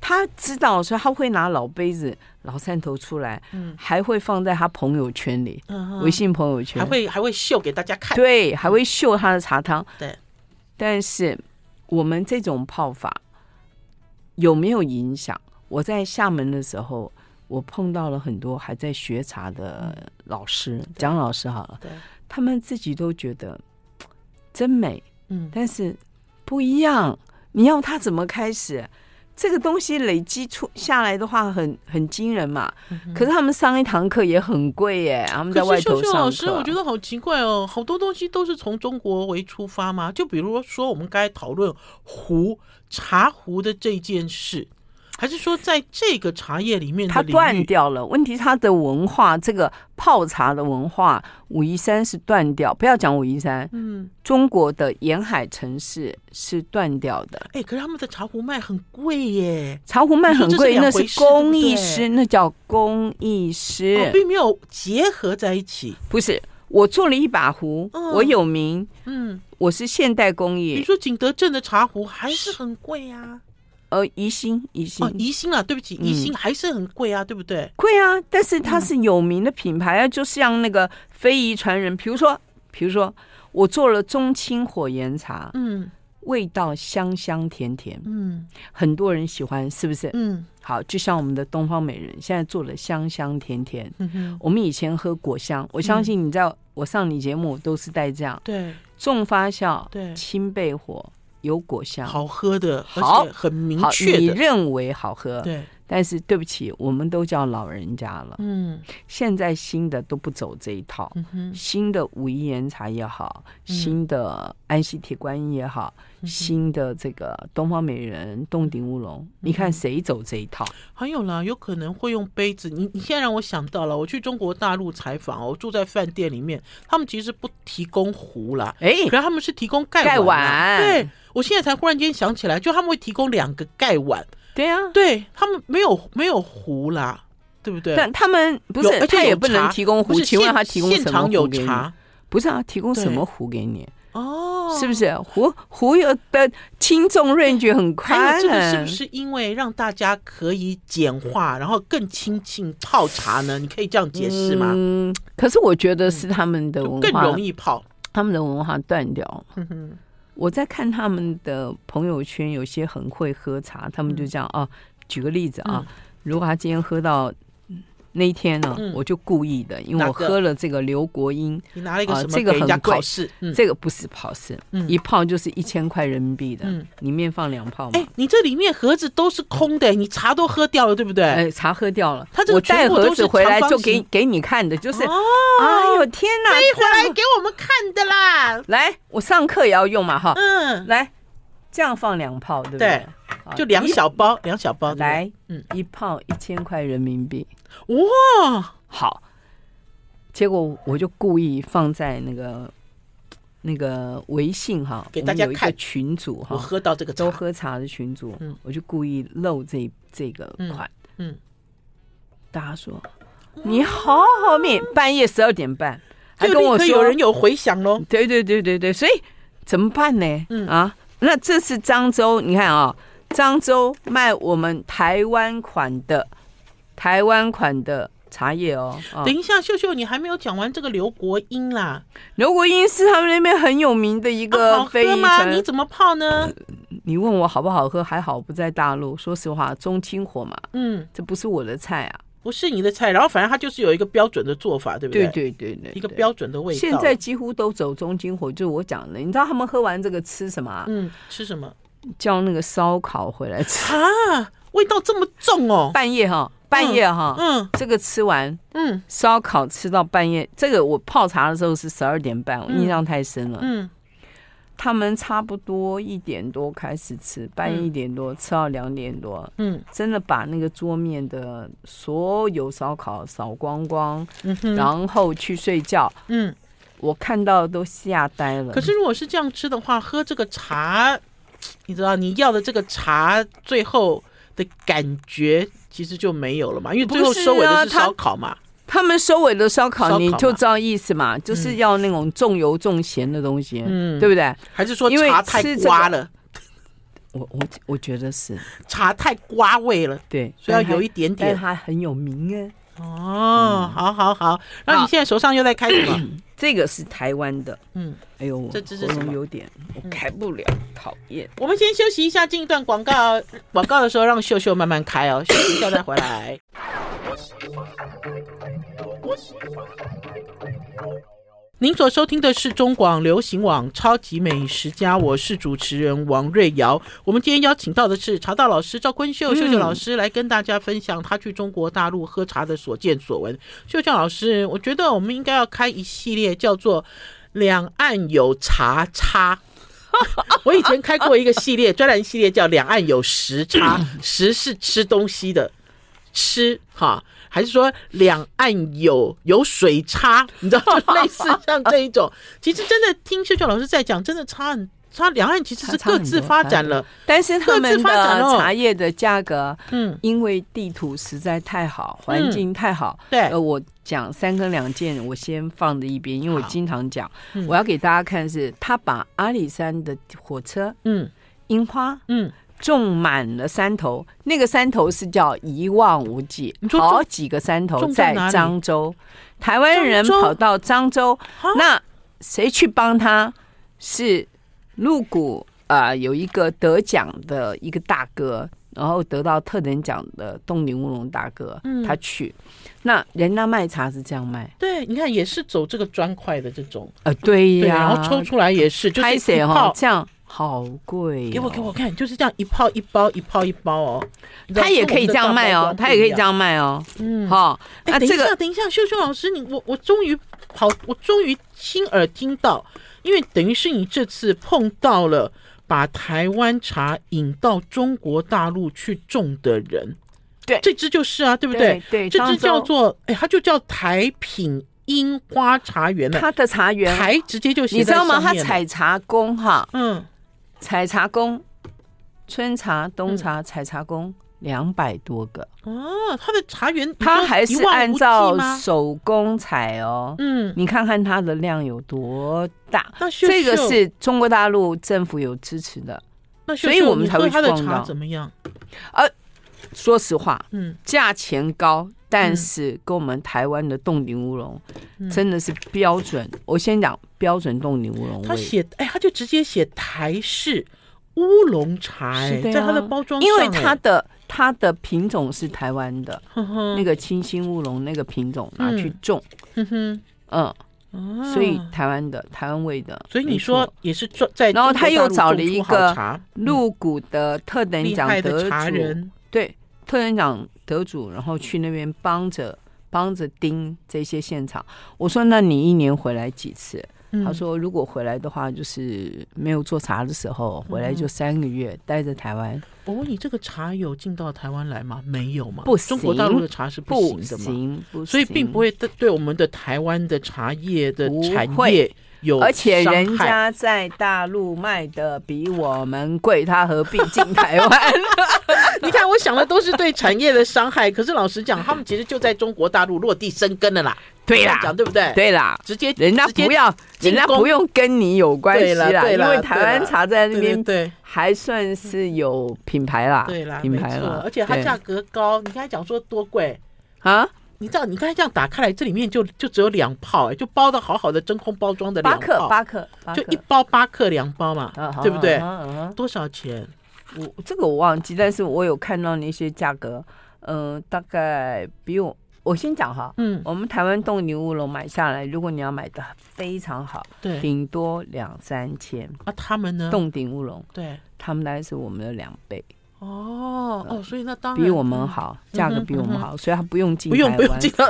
Speaker 2: 他知道，所以他会拿老杯子、老汕头出来，
Speaker 1: 嗯
Speaker 2: 还会放在他朋友圈里，
Speaker 1: 嗯哼
Speaker 2: 微信朋友圈，
Speaker 1: 还会还会秀给大家看，
Speaker 2: 对，还会秀他的茶汤。
Speaker 1: 对，
Speaker 2: 但是我们这种泡法有没有影响？我在厦门的时候，我碰到了很多还在学茶的老师，蒋老师好了
Speaker 1: 嗯对，
Speaker 2: 他们自己都觉得嘖真美，
Speaker 1: 嗯，
Speaker 2: 但是不一样。你要他怎么开始？这个东西累积出下来的话很很惊人嘛。
Speaker 1: 嗯
Speaker 2: 可是他们上一堂课也很贵耶，他们在
Speaker 1: 可
Speaker 2: 外
Speaker 1: 是
Speaker 2: 头
Speaker 1: 秀秀
Speaker 2: 上课。
Speaker 1: 老师，我觉得好奇怪哦，好多东西都是从中国为出发嘛。就比如说，我们该讨论壶茶壶的这件事，还是说在这个茶叶里面的
Speaker 2: 它
Speaker 1: 领域
Speaker 2: 断掉了。问题它的文化，这个泡茶的文化，武夷山是断掉。不要讲武夷山，
Speaker 1: 嗯，
Speaker 2: 中国的沿海城市是断掉的。
Speaker 1: 哎、可是他们的茶壶卖很贵耶，
Speaker 2: 茶壶卖很贵，
Speaker 1: 你说这是
Speaker 2: 那
Speaker 1: 两回
Speaker 2: 是
Speaker 1: 事
Speaker 2: 工艺
Speaker 1: 对
Speaker 2: 师，那叫工艺
Speaker 1: 哦
Speaker 2: 师，，
Speaker 1: 并没有结合在一起。
Speaker 2: 不是。我做了一把壶，
Speaker 1: 嗯
Speaker 2: 我有名，
Speaker 1: 嗯，
Speaker 2: 我是现代工
Speaker 1: 比如
Speaker 2: 艺。
Speaker 1: 说景德镇的茶壶还是很贵呀、
Speaker 2: 呃，宜兴，宜兴
Speaker 1: 哦，宜兴啊，对不起，
Speaker 2: 嗯
Speaker 1: 宜兴还是很贵啊，对不对？
Speaker 2: 贵啊，但是
Speaker 1: 嗯
Speaker 2: 它是有名的品牌啊，就像那个非遗传人，比如说，比如说我做了中青火岩茶，
Speaker 1: 嗯
Speaker 2: 味道香香甜甜，
Speaker 1: 嗯
Speaker 2: 很多人喜欢，是不是？
Speaker 1: 嗯
Speaker 2: 好，就像我们的东方美人现在做的香香甜甜。
Speaker 1: 嗯哼，
Speaker 2: 我们以前喝果香，我相信你在我上你节目都是带这样
Speaker 1: 对，
Speaker 2: 重发酵、
Speaker 1: 对
Speaker 2: 轻焙火有果香，
Speaker 1: 好喝的，
Speaker 2: 好
Speaker 1: 而且很明
Speaker 2: 好
Speaker 1: 确
Speaker 2: 你
Speaker 1: 的，
Speaker 2: 认为好喝，
Speaker 1: 对，
Speaker 2: 但是对不起，我们都叫老人家了，
Speaker 1: 嗯
Speaker 2: 现在新的都不走这一套。
Speaker 1: 嗯哼。
Speaker 2: 新的武夷岩茶也好，新的安溪铁观音也好，
Speaker 1: 嗯
Speaker 2: 新的这个东方美人、洞顶乌龙，你看谁走这一套？
Speaker 1: 还有啦，有可能会用杯子。你你现在让我想到了，我去中国大陆采访哦，我住在饭店里面，他们其实不提供壶啦，
Speaker 2: 哎、
Speaker 1: 可是他们是提供盖
Speaker 2: 盖
Speaker 1: 碗啦。
Speaker 2: 碗
Speaker 1: 对，我现在才忽然间想起来，就他们会提供两个盖碗，
Speaker 2: 对啊，
Speaker 1: 对他们没有没有壶啦，对不对？
Speaker 2: 但他们不
Speaker 1: 有
Speaker 2: 是
Speaker 1: 而且
Speaker 2: 他也
Speaker 1: 有
Speaker 2: 不能
Speaker 1: 茶
Speaker 2: 提供
Speaker 1: 不
Speaker 2: 壶，
Speaker 1: 是
Speaker 2: 请问
Speaker 1: 现
Speaker 2: 他提供
Speaker 1: 现
Speaker 2: 什么
Speaker 1: 场有
Speaker 2: 壶给你？
Speaker 1: 茶
Speaker 2: 不是啊，提供什
Speaker 1: 对
Speaker 2: 么壶给你？
Speaker 1: 哦，
Speaker 2: 是不？是壶壶有的轻重 range
Speaker 1: 还
Speaker 2: 很宽啊
Speaker 1: 有这个是不是因为让大家可以简化，然后更亲近泡茶呢？你可以这样解释吗？
Speaker 2: 嗯，可是我觉得是他们的
Speaker 1: 就
Speaker 2: 文
Speaker 1: 更
Speaker 2: 化，
Speaker 1: 容易泡。
Speaker 2: 他们的文化断掉。
Speaker 1: 哼哼
Speaker 2: 我在看他们的朋友圈，有些很会喝茶，他们
Speaker 1: 嗯
Speaker 2: 就这样啊。举个例子啊，如果他今天喝到那一天呢，
Speaker 1: 嗯
Speaker 2: 我就故意的，因为
Speaker 1: 哪
Speaker 2: 我
Speaker 1: 个
Speaker 2: 喝了这个刘国英，
Speaker 1: 你拿了一个
Speaker 2: 啊
Speaker 1: 什么
Speaker 2: 这个
Speaker 1: 给人家
Speaker 2: 很贵
Speaker 1: 考试？嗯，
Speaker 2: 这个不是泡式，
Speaker 1: 嗯
Speaker 2: 一泡就是一千块人民币的，
Speaker 1: 嗯
Speaker 2: 里面放两泡
Speaker 1: 哎、
Speaker 2: 嘛。
Speaker 1: 你这里面盒子都是空的、你茶都喝掉了，对不对？
Speaker 2: 呃，茶喝掉了，
Speaker 1: 哎它这个
Speaker 2: 我带
Speaker 1: 全部都
Speaker 2: 盒
Speaker 1: 是
Speaker 2: 子回来
Speaker 1: 长方
Speaker 2: 就给
Speaker 1: 形
Speaker 2: 给你看的，就是，
Speaker 1: 哦
Speaker 2: 哎啊呦天哪！
Speaker 1: 背回
Speaker 2: 这
Speaker 1: 来
Speaker 2: 样
Speaker 1: 给我们看的啦。
Speaker 2: 来，我上课也要用嘛哈，
Speaker 1: 嗯，
Speaker 2: 来这样放两泡，对不
Speaker 1: 对
Speaker 2: 对？啊
Speaker 1: 就两
Speaker 2: 一
Speaker 1: 小包，两小包。对
Speaker 2: 来，
Speaker 1: 嗯
Speaker 2: 一泡一千块人民币，
Speaker 1: 不对，哇，
Speaker 2: 好。结果我就故意放在那个那个微信哈，
Speaker 1: 给大家
Speaker 2: 我们有一个
Speaker 1: 看
Speaker 2: 群组哈，
Speaker 1: 我喝到这个
Speaker 2: 都
Speaker 1: 茶，
Speaker 2: 喝茶的群组，
Speaker 1: 嗯
Speaker 2: 我就故意漏这这个款，
Speaker 1: 嗯嗯
Speaker 2: 大家说你好好命，半夜十二点半还
Speaker 1: 这个
Speaker 2: 跟我
Speaker 1: 立刻
Speaker 2: 说嗯
Speaker 1: 有人有回响喽。
Speaker 2: 对对对对对，所以怎么办呢？
Speaker 1: 嗯
Speaker 2: 啊，那这是漳州，你看啊、漳州卖我们台湾款的台湾款的茶叶哦。啊
Speaker 1: 等一下，秀秀，你还没有讲完这个刘国英啦，
Speaker 2: 刘国英是他们那边很有名的一
Speaker 1: 啊
Speaker 2: 个
Speaker 1: 好
Speaker 2: 非遗
Speaker 1: 喝吗？
Speaker 2: 传呃
Speaker 1: 你怎么泡呢？
Speaker 2: 你问我好不好喝，还好不在大陆。说实话，中青火嘛，
Speaker 1: 嗯，
Speaker 2: 这不是我的菜啊。
Speaker 1: 不是你的菜。然后反正它就是有一个标准的做法，对不
Speaker 2: 对
Speaker 1: 对
Speaker 2: 对对对，
Speaker 1: 一个
Speaker 2: 对。
Speaker 1: 标准的味道。
Speaker 2: 现在几乎都走中青火，就是我讲的。你知道他们喝完这个吃什么啊？
Speaker 1: 嗯，吃什么
Speaker 2: 叫那个烧烤回来吃。
Speaker 1: 啊？味道这么重哦。
Speaker 2: 半夜哈，半夜哈，
Speaker 1: 嗯
Speaker 2: 这个吃完
Speaker 1: 嗯
Speaker 2: 烧烤吃到半夜，这个我泡茶的时候是十二点半，我
Speaker 1: 嗯
Speaker 2: 印象太深了。
Speaker 1: 嗯，
Speaker 2: 他们差不多一点多开始吃，半夜
Speaker 1: 嗯
Speaker 2: 一点多吃到两点多，
Speaker 1: 嗯
Speaker 2: 真的把那个桌面的所有烧烤扫光光，
Speaker 1: 嗯哼，
Speaker 2: 然后去睡觉。
Speaker 1: 嗯。
Speaker 2: 我看到都吓呆了。
Speaker 1: 可是如果是这样吃的话，喝这个茶，你知道你要的这个茶最后的感觉其实就没有了嘛，因为最后
Speaker 2: 不是啊
Speaker 1: 收尾的是
Speaker 2: 它
Speaker 1: 烧烤嘛。
Speaker 2: 他们收尾的烧
Speaker 1: 烧烤
Speaker 2: 烤，
Speaker 1: 嘛
Speaker 2: 你就知道意思嘛，就是要那种重油重咸的东西，
Speaker 1: 嗯
Speaker 2: 对不对？
Speaker 1: 还是说
Speaker 2: 因为
Speaker 1: 茶太
Speaker 2: 吃这个
Speaker 1: 刮了，
Speaker 2: 我我我觉得是
Speaker 1: 茶太刮味了，
Speaker 2: 对，
Speaker 1: 所以要有
Speaker 2: 一
Speaker 1: 一点
Speaker 2: 但
Speaker 1: 点。
Speaker 2: 它很有名啊。
Speaker 1: 哦，好好好。然后你
Speaker 2: 好
Speaker 1: 现在手上又在开什么？
Speaker 2: 这个是台湾的，
Speaker 1: 嗯，
Speaker 2: 哎呦，我
Speaker 1: 这这是
Speaker 2: 喉
Speaker 1: 什么
Speaker 2: 咙有点，我开不了，讨厌。
Speaker 1: 我们先休息一下，进一段广告。广告的时候让秀秀慢慢开哦，休息一下再回来。您所收听的是中广流行网《超级美食家》，我是主持人王瑞瑶。我们今天邀请到的是茶道老师赵坤秀，
Speaker 2: 嗯
Speaker 1: 秀秀老师来跟大家分享他去中国大陆喝茶的所见所闻。秀秀老师，我觉得我们应该要开一系列叫做“两岸有茶差”。 我以前开过一个系列专栏系列，叫“两岸有时差”，时是吃东西的吃哈，还是说两岸有有水差？你知道，就类 似像这一种。其实真的听秀秀老师在讲，真的差很差。两岸其实是
Speaker 2: 差差
Speaker 1: 各
Speaker 2: 很
Speaker 1: 自
Speaker 2: 多
Speaker 1: 发展了，
Speaker 2: 但是他
Speaker 1: 各
Speaker 2: 们
Speaker 1: 自发展
Speaker 2: 的
Speaker 1: 哦
Speaker 2: 茶叶的价格，
Speaker 1: 嗯，
Speaker 2: 因为地图实在太好，环
Speaker 1: 嗯
Speaker 2: 境太好，
Speaker 1: 对
Speaker 2: 呃，，我讲三根两件，我先放在一边，因为我
Speaker 1: 好
Speaker 2: 经常讲，
Speaker 1: 嗯
Speaker 2: 我要给大家看是，他把阿里山的火车
Speaker 1: 嗯
Speaker 2: 樱花
Speaker 1: 嗯，
Speaker 2: 种满了山头，那个山头是叫一望无际
Speaker 1: 你，说种
Speaker 2: 好几个山头
Speaker 1: 种在
Speaker 2: 在
Speaker 1: 哪里
Speaker 2: 漳州，台湾人
Speaker 1: 漳州
Speaker 2: 跑到漳州
Speaker 1: 啊，
Speaker 2: 那谁去帮他？是鹿谷啊、呃有一个得奖的一个大哥，然后得到特等奖的东林乌龙大哥，
Speaker 1: 嗯
Speaker 2: 他去，那人家卖茶是这样卖，
Speaker 1: 对，你看也是走这个砖块的这种，
Speaker 2: 呃，对
Speaker 1: 对，
Speaker 2: 呀、
Speaker 1: 然后抽出来也是，就是
Speaker 2: 拍
Speaker 1: 一
Speaker 2: 谁
Speaker 1: 泡
Speaker 2: 哈，，这样好贵、哦
Speaker 1: 给我给我。看，就是这样一泡一包一泡一包哦。你知道
Speaker 2: 他也可以这样卖哦，他也可以这，样卖哦，
Speaker 1: 跟我们的大包装不一样嗯。
Speaker 2: 好，
Speaker 1: 哎、
Speaker 2: 那
Speaker 1: 等一
Speaker 2: 这个
Speaker 1: 下，等一下，秀秀老师，你我我终于跑，我终于亲耳听到，因为等于是你这次碰到了把台湾茶引到中国大陆去种的人，
Speaker 2: 对
Speaker 1: 这支就是啊，对不对？
Speaker 2: 对，
Speaker 1: 这
Speaker 2: 漳
Speaker 1: 支
Speaker 2: 州
Speaker 1: 叫做，哎，它就叫台品樱花茶园呢、
Speaker 2: 它的茶园，啊
Speaker 1: 台直接就写
Speaker 2: 你知道吗？
Speaker 1: 在上
Speaker 2: 它
Speaker 1: 面了
Speaker 2: 采茶工哈，
Speaker 1: 嗯，
Speaker 2: 采茶工，春茶、
Speaker 1: 嗯
Speaker 2: 冬茶、采茶工两百多个，
Speaker 1: 哦，它的茶园
Speaker 2: 它还
Speaker 1: 一
Speaker 2: 是
Speaker 1: 望
Speaker 2: 按
Speaker 1: 无际
Speaker 2: 照
Speaker 1: 吗
Speaker 2: 手工采哦。
Speaker 1: 嗯，
Speaker 2: 你看看它的量有多大，
Speaker 1: 那秀秀
Speaker 2: 这个是中国大陆政府有支持的。
Speaker 1: 那秀
Speaker 2: 所以
Speaker 1: 秀
Speaker 2: 我们
Speaker 1: 你
Speaker 2: 才
Speaker 1: 对
Speaker 2: 会去
Speaker 1: 它的
Speaker 2: 逛
Speaker 1: 茶
Speaker 2: 到
Speaker 1: 怎么样？
Speaker 2: 说实话，
Speaker 1: 嗯，
Speaker 2: 价钱高，但
Speaker 1: 嗯
Speaker 2: 是跟我们台湾的冻顶乌龙
Speaker 1: 嗯
Speaker 2: 真的是标准。我先讲标准冻顶乌龙
Speaker 1: 他
Speaker 2: 味，
Speaker 1: 写，哎，他就直接写台式乌龙茶、哎
Speaker 2: 是的呀
Speaker 1: 在它的包装上、
Speaker 2: 因
Speaker 1: 哎
Speaker 2: 为它的它的品种是台湾的
Speaker 1: 哼哼
Speaker 2: 那个清新乌龙那个品种拿去
Speaker 1: 嗯
Speaker 2: 种，
Speaker 1: 哼哼，
Speaker 2: 嗯，
Speaker 1: 哦
Speaker 2: 所以台湾的台湾味的，
Speaker 1: 所以你
Speaker 2: 没错
Speaker 1: 说也是赚在，
Speaker 2: 然后他又找了一个
Speaker 1: 茶
Speaker 2: 鹿谷的特等
Speaker 1: 嗯厉
Speaker 2: 奖
Speaker 1: 害
Speaker 2: 得
Speaker 1: 的茶
Speaker 2: 主，
Speaker 1: 人，
Speaker 2: 对，特等奖得主，然后去那边帮着帮着盯这些现场。我说那你一年回来几次？
Speaker 1: 嗯
Speaker 2: 他说如果回来的话，就是没有做茶的时候回来就
Speaker 1: 嗯
Speaker 2: 三个月，待在台湾。
Speaker 1: 我哦问你，这个茶有进到台湾来吗？没有嘛，
Speaker 2: 不行
Speaker 1: 中国大陆的茶是
Speaker 2: 不
Speaker 1: 行的嘛，
Speaker 2: 行，不行，
Speaker 1: 所以并不会对对我们的台湾的茶叶的
Speaker 2: 不
Speaker 1: 产
Speaker 2: 会
Speaker 1: 业有伤害，
Speaker 2: 而且人 家在大陆卖的比我们贵，他何必进台 湾？
Speaker 1: 你看，我想的都是对产业的伤害，可是老实讲，他们其实就在中国大陆落地生根了啦。
Speaker 2: 对啦
Speaker 1: 这样讲对不对？，
Speaker 2: 对啦，
Speaker 1: 直接
Speaker 2: 人家
Speaker 1: 直接
Speaker 2: 不要，
Speaker 1: 进
Speaker 2: 人家
Speaker 1: 攻
Speaker 2: 不用跟你有关系
Speaker 1: 对啦
Speaker 2: 啦，
Speaker 1: 对
Speaker 2: 因
Speaker 1: 啦
Speaker 2: 为台湾茶在那
Speaker 1: 对对
Speaker 2: 边
Speaker 1: 对，
Speaker 2: 还算是有品牌啦，
Speaker 1: 对啦，
Speaker 2: 品
Speaker 1: 没
Speaker 2: 牌
Speaker 1: 错
Speaker 2: 啦，，
Speaker 1: 而且它
Speaker 2: 对
Speaker 1: 价格高，你刚才讲说多贵，
Speaker 2: 啊，
Speaker 1: 你知道你刚才这样打开来，这里面就就只有两泡、哎，就包的好好的真空包装的
Speaker 2: 八
Speaker 1: 两
Speaker 2: 克
Speaker 1: 泡，
Speaker 2: 八克，八
Speaker 1: 就
Speaker 2: 克
Speaker 1: 一包八克两包嘛，
Speaker 2: 啊好
Speaker 1: 对不对？
Speaker 2: 啊啊啊
Speaker 1: 多少钱？
Speaker 2: 我这个我忘记，但是我有看到那些价格，嗯、大概比我我先讲哈，
Speaker 1: 嗯，
Speaker 2: 我们台湾冻牛乌龙买下来，如果你要买的非常好，
Speaker 1: 对。
Speaker 2: 顶多两三千，
Speaker 1: 啊，他们呢？
Speaker 2: 冻顶乌龙
Speaker 1: 对，
Speaker 2: 他们大概是我们的两倍，
Speaker 1: 哦哦，所以那当然
Speaker 2: 比我们好，价格比我们好，所以它不用进
Speaker 1: 不用
Speaker 2: 台
Speaker 1: 不用
Speaker 2: 湾
Speaker 1: 经常，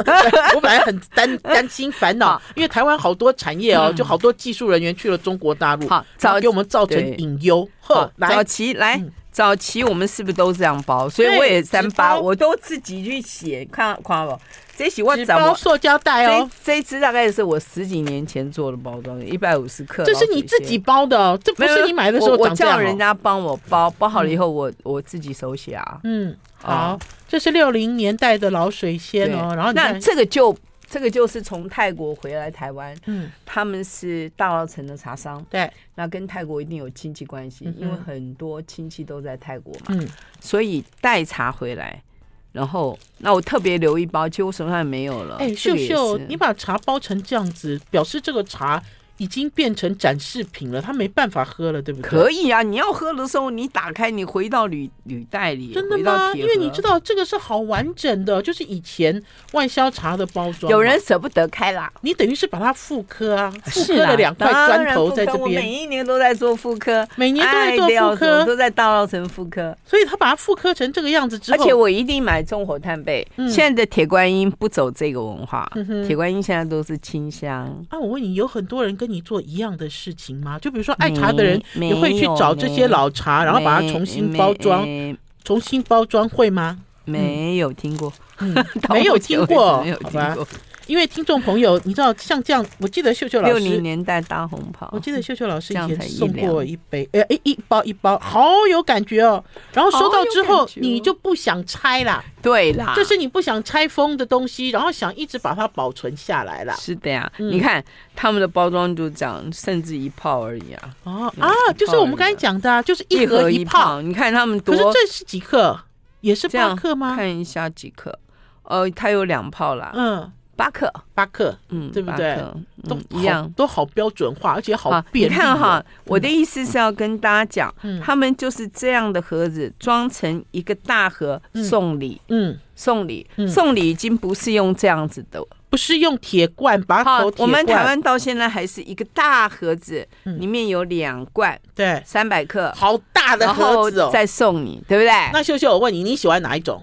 Speaker 1: 我本来很担担心烦恼
Speaker 2: 好，
Speaker 1: 因为台湾好多产业哦，就好多技术人员去了中国大陆，
Speaker 2: 好
Speaker 1: 然
Speaker 2: 早
Speaker 1: 后给我们造成
Speaker 2: 对
Speaker 1: 隐忧。呵
Speaker 2: 好，早
Speaker 1: 来，
Speaker 2: 期来
Speaker 1: 嗯。
Speaker 2: 早期我们是不是都这样包？所以
Speaker 1: 对
Speaker 2: 我也三
Speaker 1: 纸
Speaker 2: 八，
Speaker 1: 包
Speaker 2: 我都自己去写，看看我这洗我
Speaker 1: 纸
Speaker 2: 怎么
Speaker 1: 包塑胶袋哦
Speaker 2: 这，这一只大概是我十几年前做的包装，一百五十克。
Speaker 1: 这是你自己包的哦，这不
Speaker 2: 没有，
Speaker 1: 是你买的时候
Speaker 2: 我我
Speaker 1: 长这样
Speaker 2: 叫
Speaker 1: 哦
Speaker 2: 人家帮我包，包好了以后我我自己手写啊。
Speaker 1: 嗯，好
Speaker 2: 哦，
Speaker 1: 这是六零年代的老水仙哦，然后你
Speaker 2: 那
Speaker 1: 看，
Speaker 2: 这个就这个就是从泰国回来台湾，
Speaker 1: 嗯，
Speaker 2: 他们是大稻城的茶商，
Speaker 1: 对，
Speaker 2: 那跟泰国一定有亲戚关系
Speaker 1: 嗯，哼
Speaker 2: 因为很多亲戚都在泰国嘛，
Speaker 1: 嗯，
Speaker 2: 所以带茶回来。然后，那我特别留一包，其实我手上也没有了。
Speaker 1: 哎，
Speaker 2: 这
Speaker 1: 秀
Speaker 2: 个也
Speaker 1: 秀，
Speaker 2: 是
Speaker 1: 你把茶包成这样子，表示这个茶已经变成展示品了，他没办法喝了，对不对？
Speaker 2: 可以啊，你要喝的时候，你打开，你回到履履带里，
Speaker 1: 真的
Speaker 2: 回到啊
Speaker 1: 吗？
Speaker 2: 铁
Speaker 1: 因
Speaker 2: 盒
Speaker 1: 为你知道这个是好完整的，就是以前外销茶的包装嘛。
Speaker 2: 有人舍不得开啦，
Speaker 1: 你等于是把它复刻啊，复刻
Speaker 2: 是啦
Speaker 1: 了两块
Speaker 2: 当然
Speaker 1: 砖头在
Speaker 2: 复
Speaker 1: 这
Speaker 2: 刻我每
Speaker 1: 边，
Speaker 2: 一年都在做复刻，
Speaker 1: 每年都在
Speaker 2: 哎
Speaker 1: 做
Speaker 2: 廖
Speaker 1: 复
Speaker 2: 总
Speaker 1: 刻，
Speaker 2: 都在大稻城复刻，
Speaker 1: 所以他把它复刻成这个样子之
Speaker 2: 而
Speaker 1: 后，
Speaker 2: 且我一定买中火炭焙。
Speaker 1: 嗯
Speaker 2: 现在的铁观音不走这个文化，
Speaker 1: 嗯哼
Speaker 2: 铁观音现在都是清香。
Speaker 1: 啊，我问你，有很多人跟你做一样的事情吗？就比如说爱茶的人
Speaker 2: 没
Speaker 1: 也会去找这些老茶，啊然后把它
Speaker 2: 没
Speaker 1: 重新包装，嗯
Speaker 2: 没
Speaker 1: 重新包装会吗？
Speaker 2: 没有听过，
Speaker 1: 嗯
Speaker 2: 到
Speaker 1: 没有
Speaker 2: 目前
Speaker 1: 听
Speaker 2: 为止
Speaker 1: 过
Speaker 2: 没有
Speaker 1: 好
Speaker 2: 听
Speaker 1: 吧
Speaker 2: 过。
Speaker 1: 因为听众朋友，你知道像这样，我记得秀秀老
Speaker 2: 六零
Speaker 1: 师，
Speaker 2: 年代大红袍，
Speaker 1: 哦我记得秀秀老师以
Speaker 2: 嗯这样才
Speaker 1: 前
Speaker 2: 一
Speaker 1: 送过
Speaker 2: 两
Speaker 1: 一杯，哎哎一包一包，好有感觉哦。然后收
Speaker 2: 好
Speaker 1: 到
Speaker 2: 有
Speaker 1: 之
Speaker 2: 感
Speaker 1: 后，
Speaker 2: 觉
Speaker 1: 你
Speaker 2: 哦啊
Speaker 1: 就不想拆啦。
Speaker 2: 对啦，
Speaker 1: 这是你不想拆封的东西，然后想一直把它保存下来啦。
Speaker 2: 是的呀。
Speaker 1: 嗯
Speaker 2: 你看他们的包装就这样，甚至一泡而已啊，
Speaker 1: 哦
Speaker 2: 嗯
Speaker 1: 啊，就
Speaker 2: 一
Speaker 1: 是
Speaker 2: 泡
Speaker 1: 我们刚才
Speaker 2: 而已啊
Speaker 1: 讲的、啊，就是一盒
Speaker 2: 盒
Speaker 1: 一
Speaker 2: 一
Speaker 1: 泡。
Speaker 2: 泡。你看他们
Speaker 1: 可
Speaker 2: 多
Speaker 1: 是这是几克？也是
Speaker 2: 这
Speaker 1: 八
Speaker 2: 样
Speaker 1: 克吗？
Speaker 2: 看一下几克，呃，它有两泡啦，
Speaker 1: 嗯，
Speaker 2: 八克，
Speaker 1: 八克
Speaker 2: 嗯，
Speaker 1: 对不对
Speaker 2: 八克
Speaker 1: 都
Speaker 2: 嗯
Speaker 1: 好、
Speaker 2: 一样。
Speaker 1: 都好标准化，而且好
Speaker 2: 你
Speaker 1: 便利、
Speaker 2: 看哦哈，，我的意思是要跟大家讲，
Speaker 1: 嗯
Speaker 2: 他们就是这样的盒子装成一个大盒
Speaker 1: 嗯
Speaker 2: 送礼，
Speaker 1: 嗯，
Speaker 2: 送礼
Speaker 1: 嗯，
Speaker 2: 送礼已经不是用这样子的。
Speaker 1: 不是用铁罐把它
Speaker 2: 好
Speaker 1: 投，铁
Speaker 2: 我
Speaker 1: 罐
Speaker 2: 们台湾到现在还是一个大盒子，
Speaker 1: 嗯
Speaker 2: 里面有两罐，
Speaker 1: 对，
Speaker 2: 三百克，
Speaker 1: 好大的
Speaker 2: 然
Speaker 1: 盒
Speaker 2: 后
Speaker 1: 子哦。
Speaker 2: 再送你，对不对？
Speaker 1: 那秀秀，我问你，你喜欢哪一种？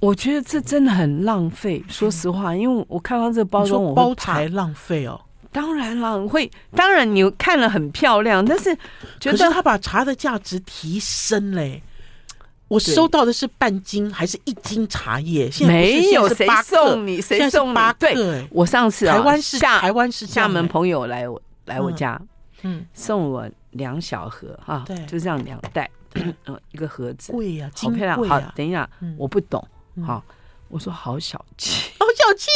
Speaker 2: 我觉得这真的很浪费，说实话，因为我看到这个包
Speaker 1: 嗯你
Speaker 2: 装，
Speaker 1: 说
Speaker 2: 我
Speaker 1: 包
Speaker 2: 会怕
Speaker 1: 材。浪费哦，
Speaker 2: 当然啦，会当然你看了很漂亮，但是觉
Speaker 1: 可是
Speaker 2: 得
Speaker 1: 他把茶的价值提升嘞。我
Speaker 2: 对
Speaker 1: 收到的是半斤还是一斤茶叶？现在不是
Speaker 2: 没有
Speaker 1: 现在
Speaker 2: 谁
Speaker 1: 是八克
Speaker 2: 送你，
Speaker 1: 现在
Speaker 2: 谁
Speaker 1: 是
Speaker 2: 送你
Speaker 1: 八？克
Speaker 2: 对
Speaker 1: 哎，
Speaker 2: 我上次啊，
Speaker 1: 台湾是
Speaker 2: 厦
Speaker 1: 台湾是这
Speaker 2: 厦
Speaker 1: 样
Speaker 2: 门
Speaker 1: 哎
Speaker 2: 朋友来我来我
Speaker 1: 嗯
Speaker 2: 家，
Speaker 1: 嗯
Speaker 2: 送我两小盒哈
Speaker 1: 对，
Speaker 2: 就这样两袋，嗯，一个盒子，
Speaker 1: 贵呀，
Speaker 2: 好
Speaker 1: 金
Speaker 2: 漂亮。
Speaker 1: 贵
Speaker 2: 好
Speaker 1: 呀，，
Speaker 2: 等一下
Speaker 1: 嗯，
Speaker 2: 我不懂
Speaker 1: 嗯，
Speaker 2: 好，我说好小 气，
Speaker 1: 好小气，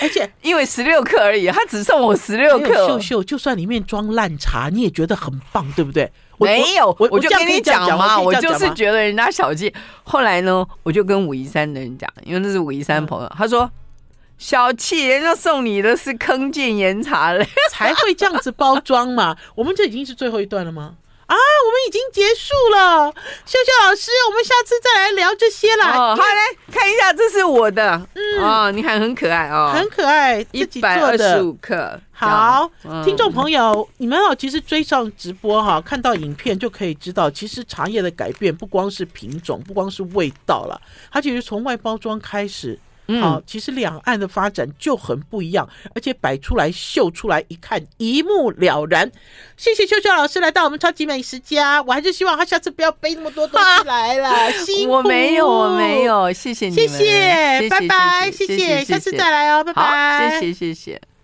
Speaker 1: 而且
Speaker 2: 因为十六克而已，他只送我十
Speaker 1: 还
Speaker 2: 六
Speaker 1: 有秀
Speaker 2: 克，
Speaker 1: 秀，就算里面装烂茶，你也觉得很棒，对不对？我
Speaker 2: 没有，
Speaker 1: 我
Speaker 2: 我就
Speaker 1: 这样
Speaker 2: 跟
Speaker 1: 可以
Speaker 2: 你
Speaker 1: 这样
Speaker 2: 讲嘛，我
Speaker 1: 我可以这
Speaker 2: 就
Speaker 1: 样
Speaker 2: 是
Speaker 1: 讲吗
Speaker 2: 觉得人家小气。后来呢，我就跟武夷山的人讲，因为那是武夷
Speaker 1: 嗯
Speaker 2: 山朋友，他说小气，人家送你的是坑见岩茶嘞。
Speaker 1: 才会这样子包装嘛。我们这已经是最后一段了吗？啊，我们已经结束了，秀秀老师，我们下次再来聊这些啦。
Speaker 2: 哦，好来看一下，这是我的，哦，你看很可爱哦，
Speaker 1: 嗯很可爱，自己
Speaker 2: 一百
Speaker 1: 做
Speaker 2: 二十
Speaker 1: 的。
Speaker 2: 五克，
Speaker 1: 好，
Speaker 2: 嗯
Speaker 1: 听众朋友，你们哦，其实追上直播哈、看到影片就可以知道，其实茶叶的改变不光是品种，不光是味道了，它其实从外包装开始。
Speaker 2: 嗯
Speaker 1: 好、其实两岸的发展就很不一样，而且摆出来、秀出来，一看一目了然。谢谢秋秋老师来到我们超级美食家，我还是希望他下次不要背那么多东西来了。辛苦，
Speaker 2: 我没有，我没，有，谢谢你
Speaker 1: 谢
Speaker 2: 们，
Speaker 1: 谢，拜拜，
Speaker 2: 谢
Speaker 1: 谢谢，下次再来哦，拜
Speaker 2: 好
Speaker 1: 拜，，
Speaker 2: 谢谢，谢谢。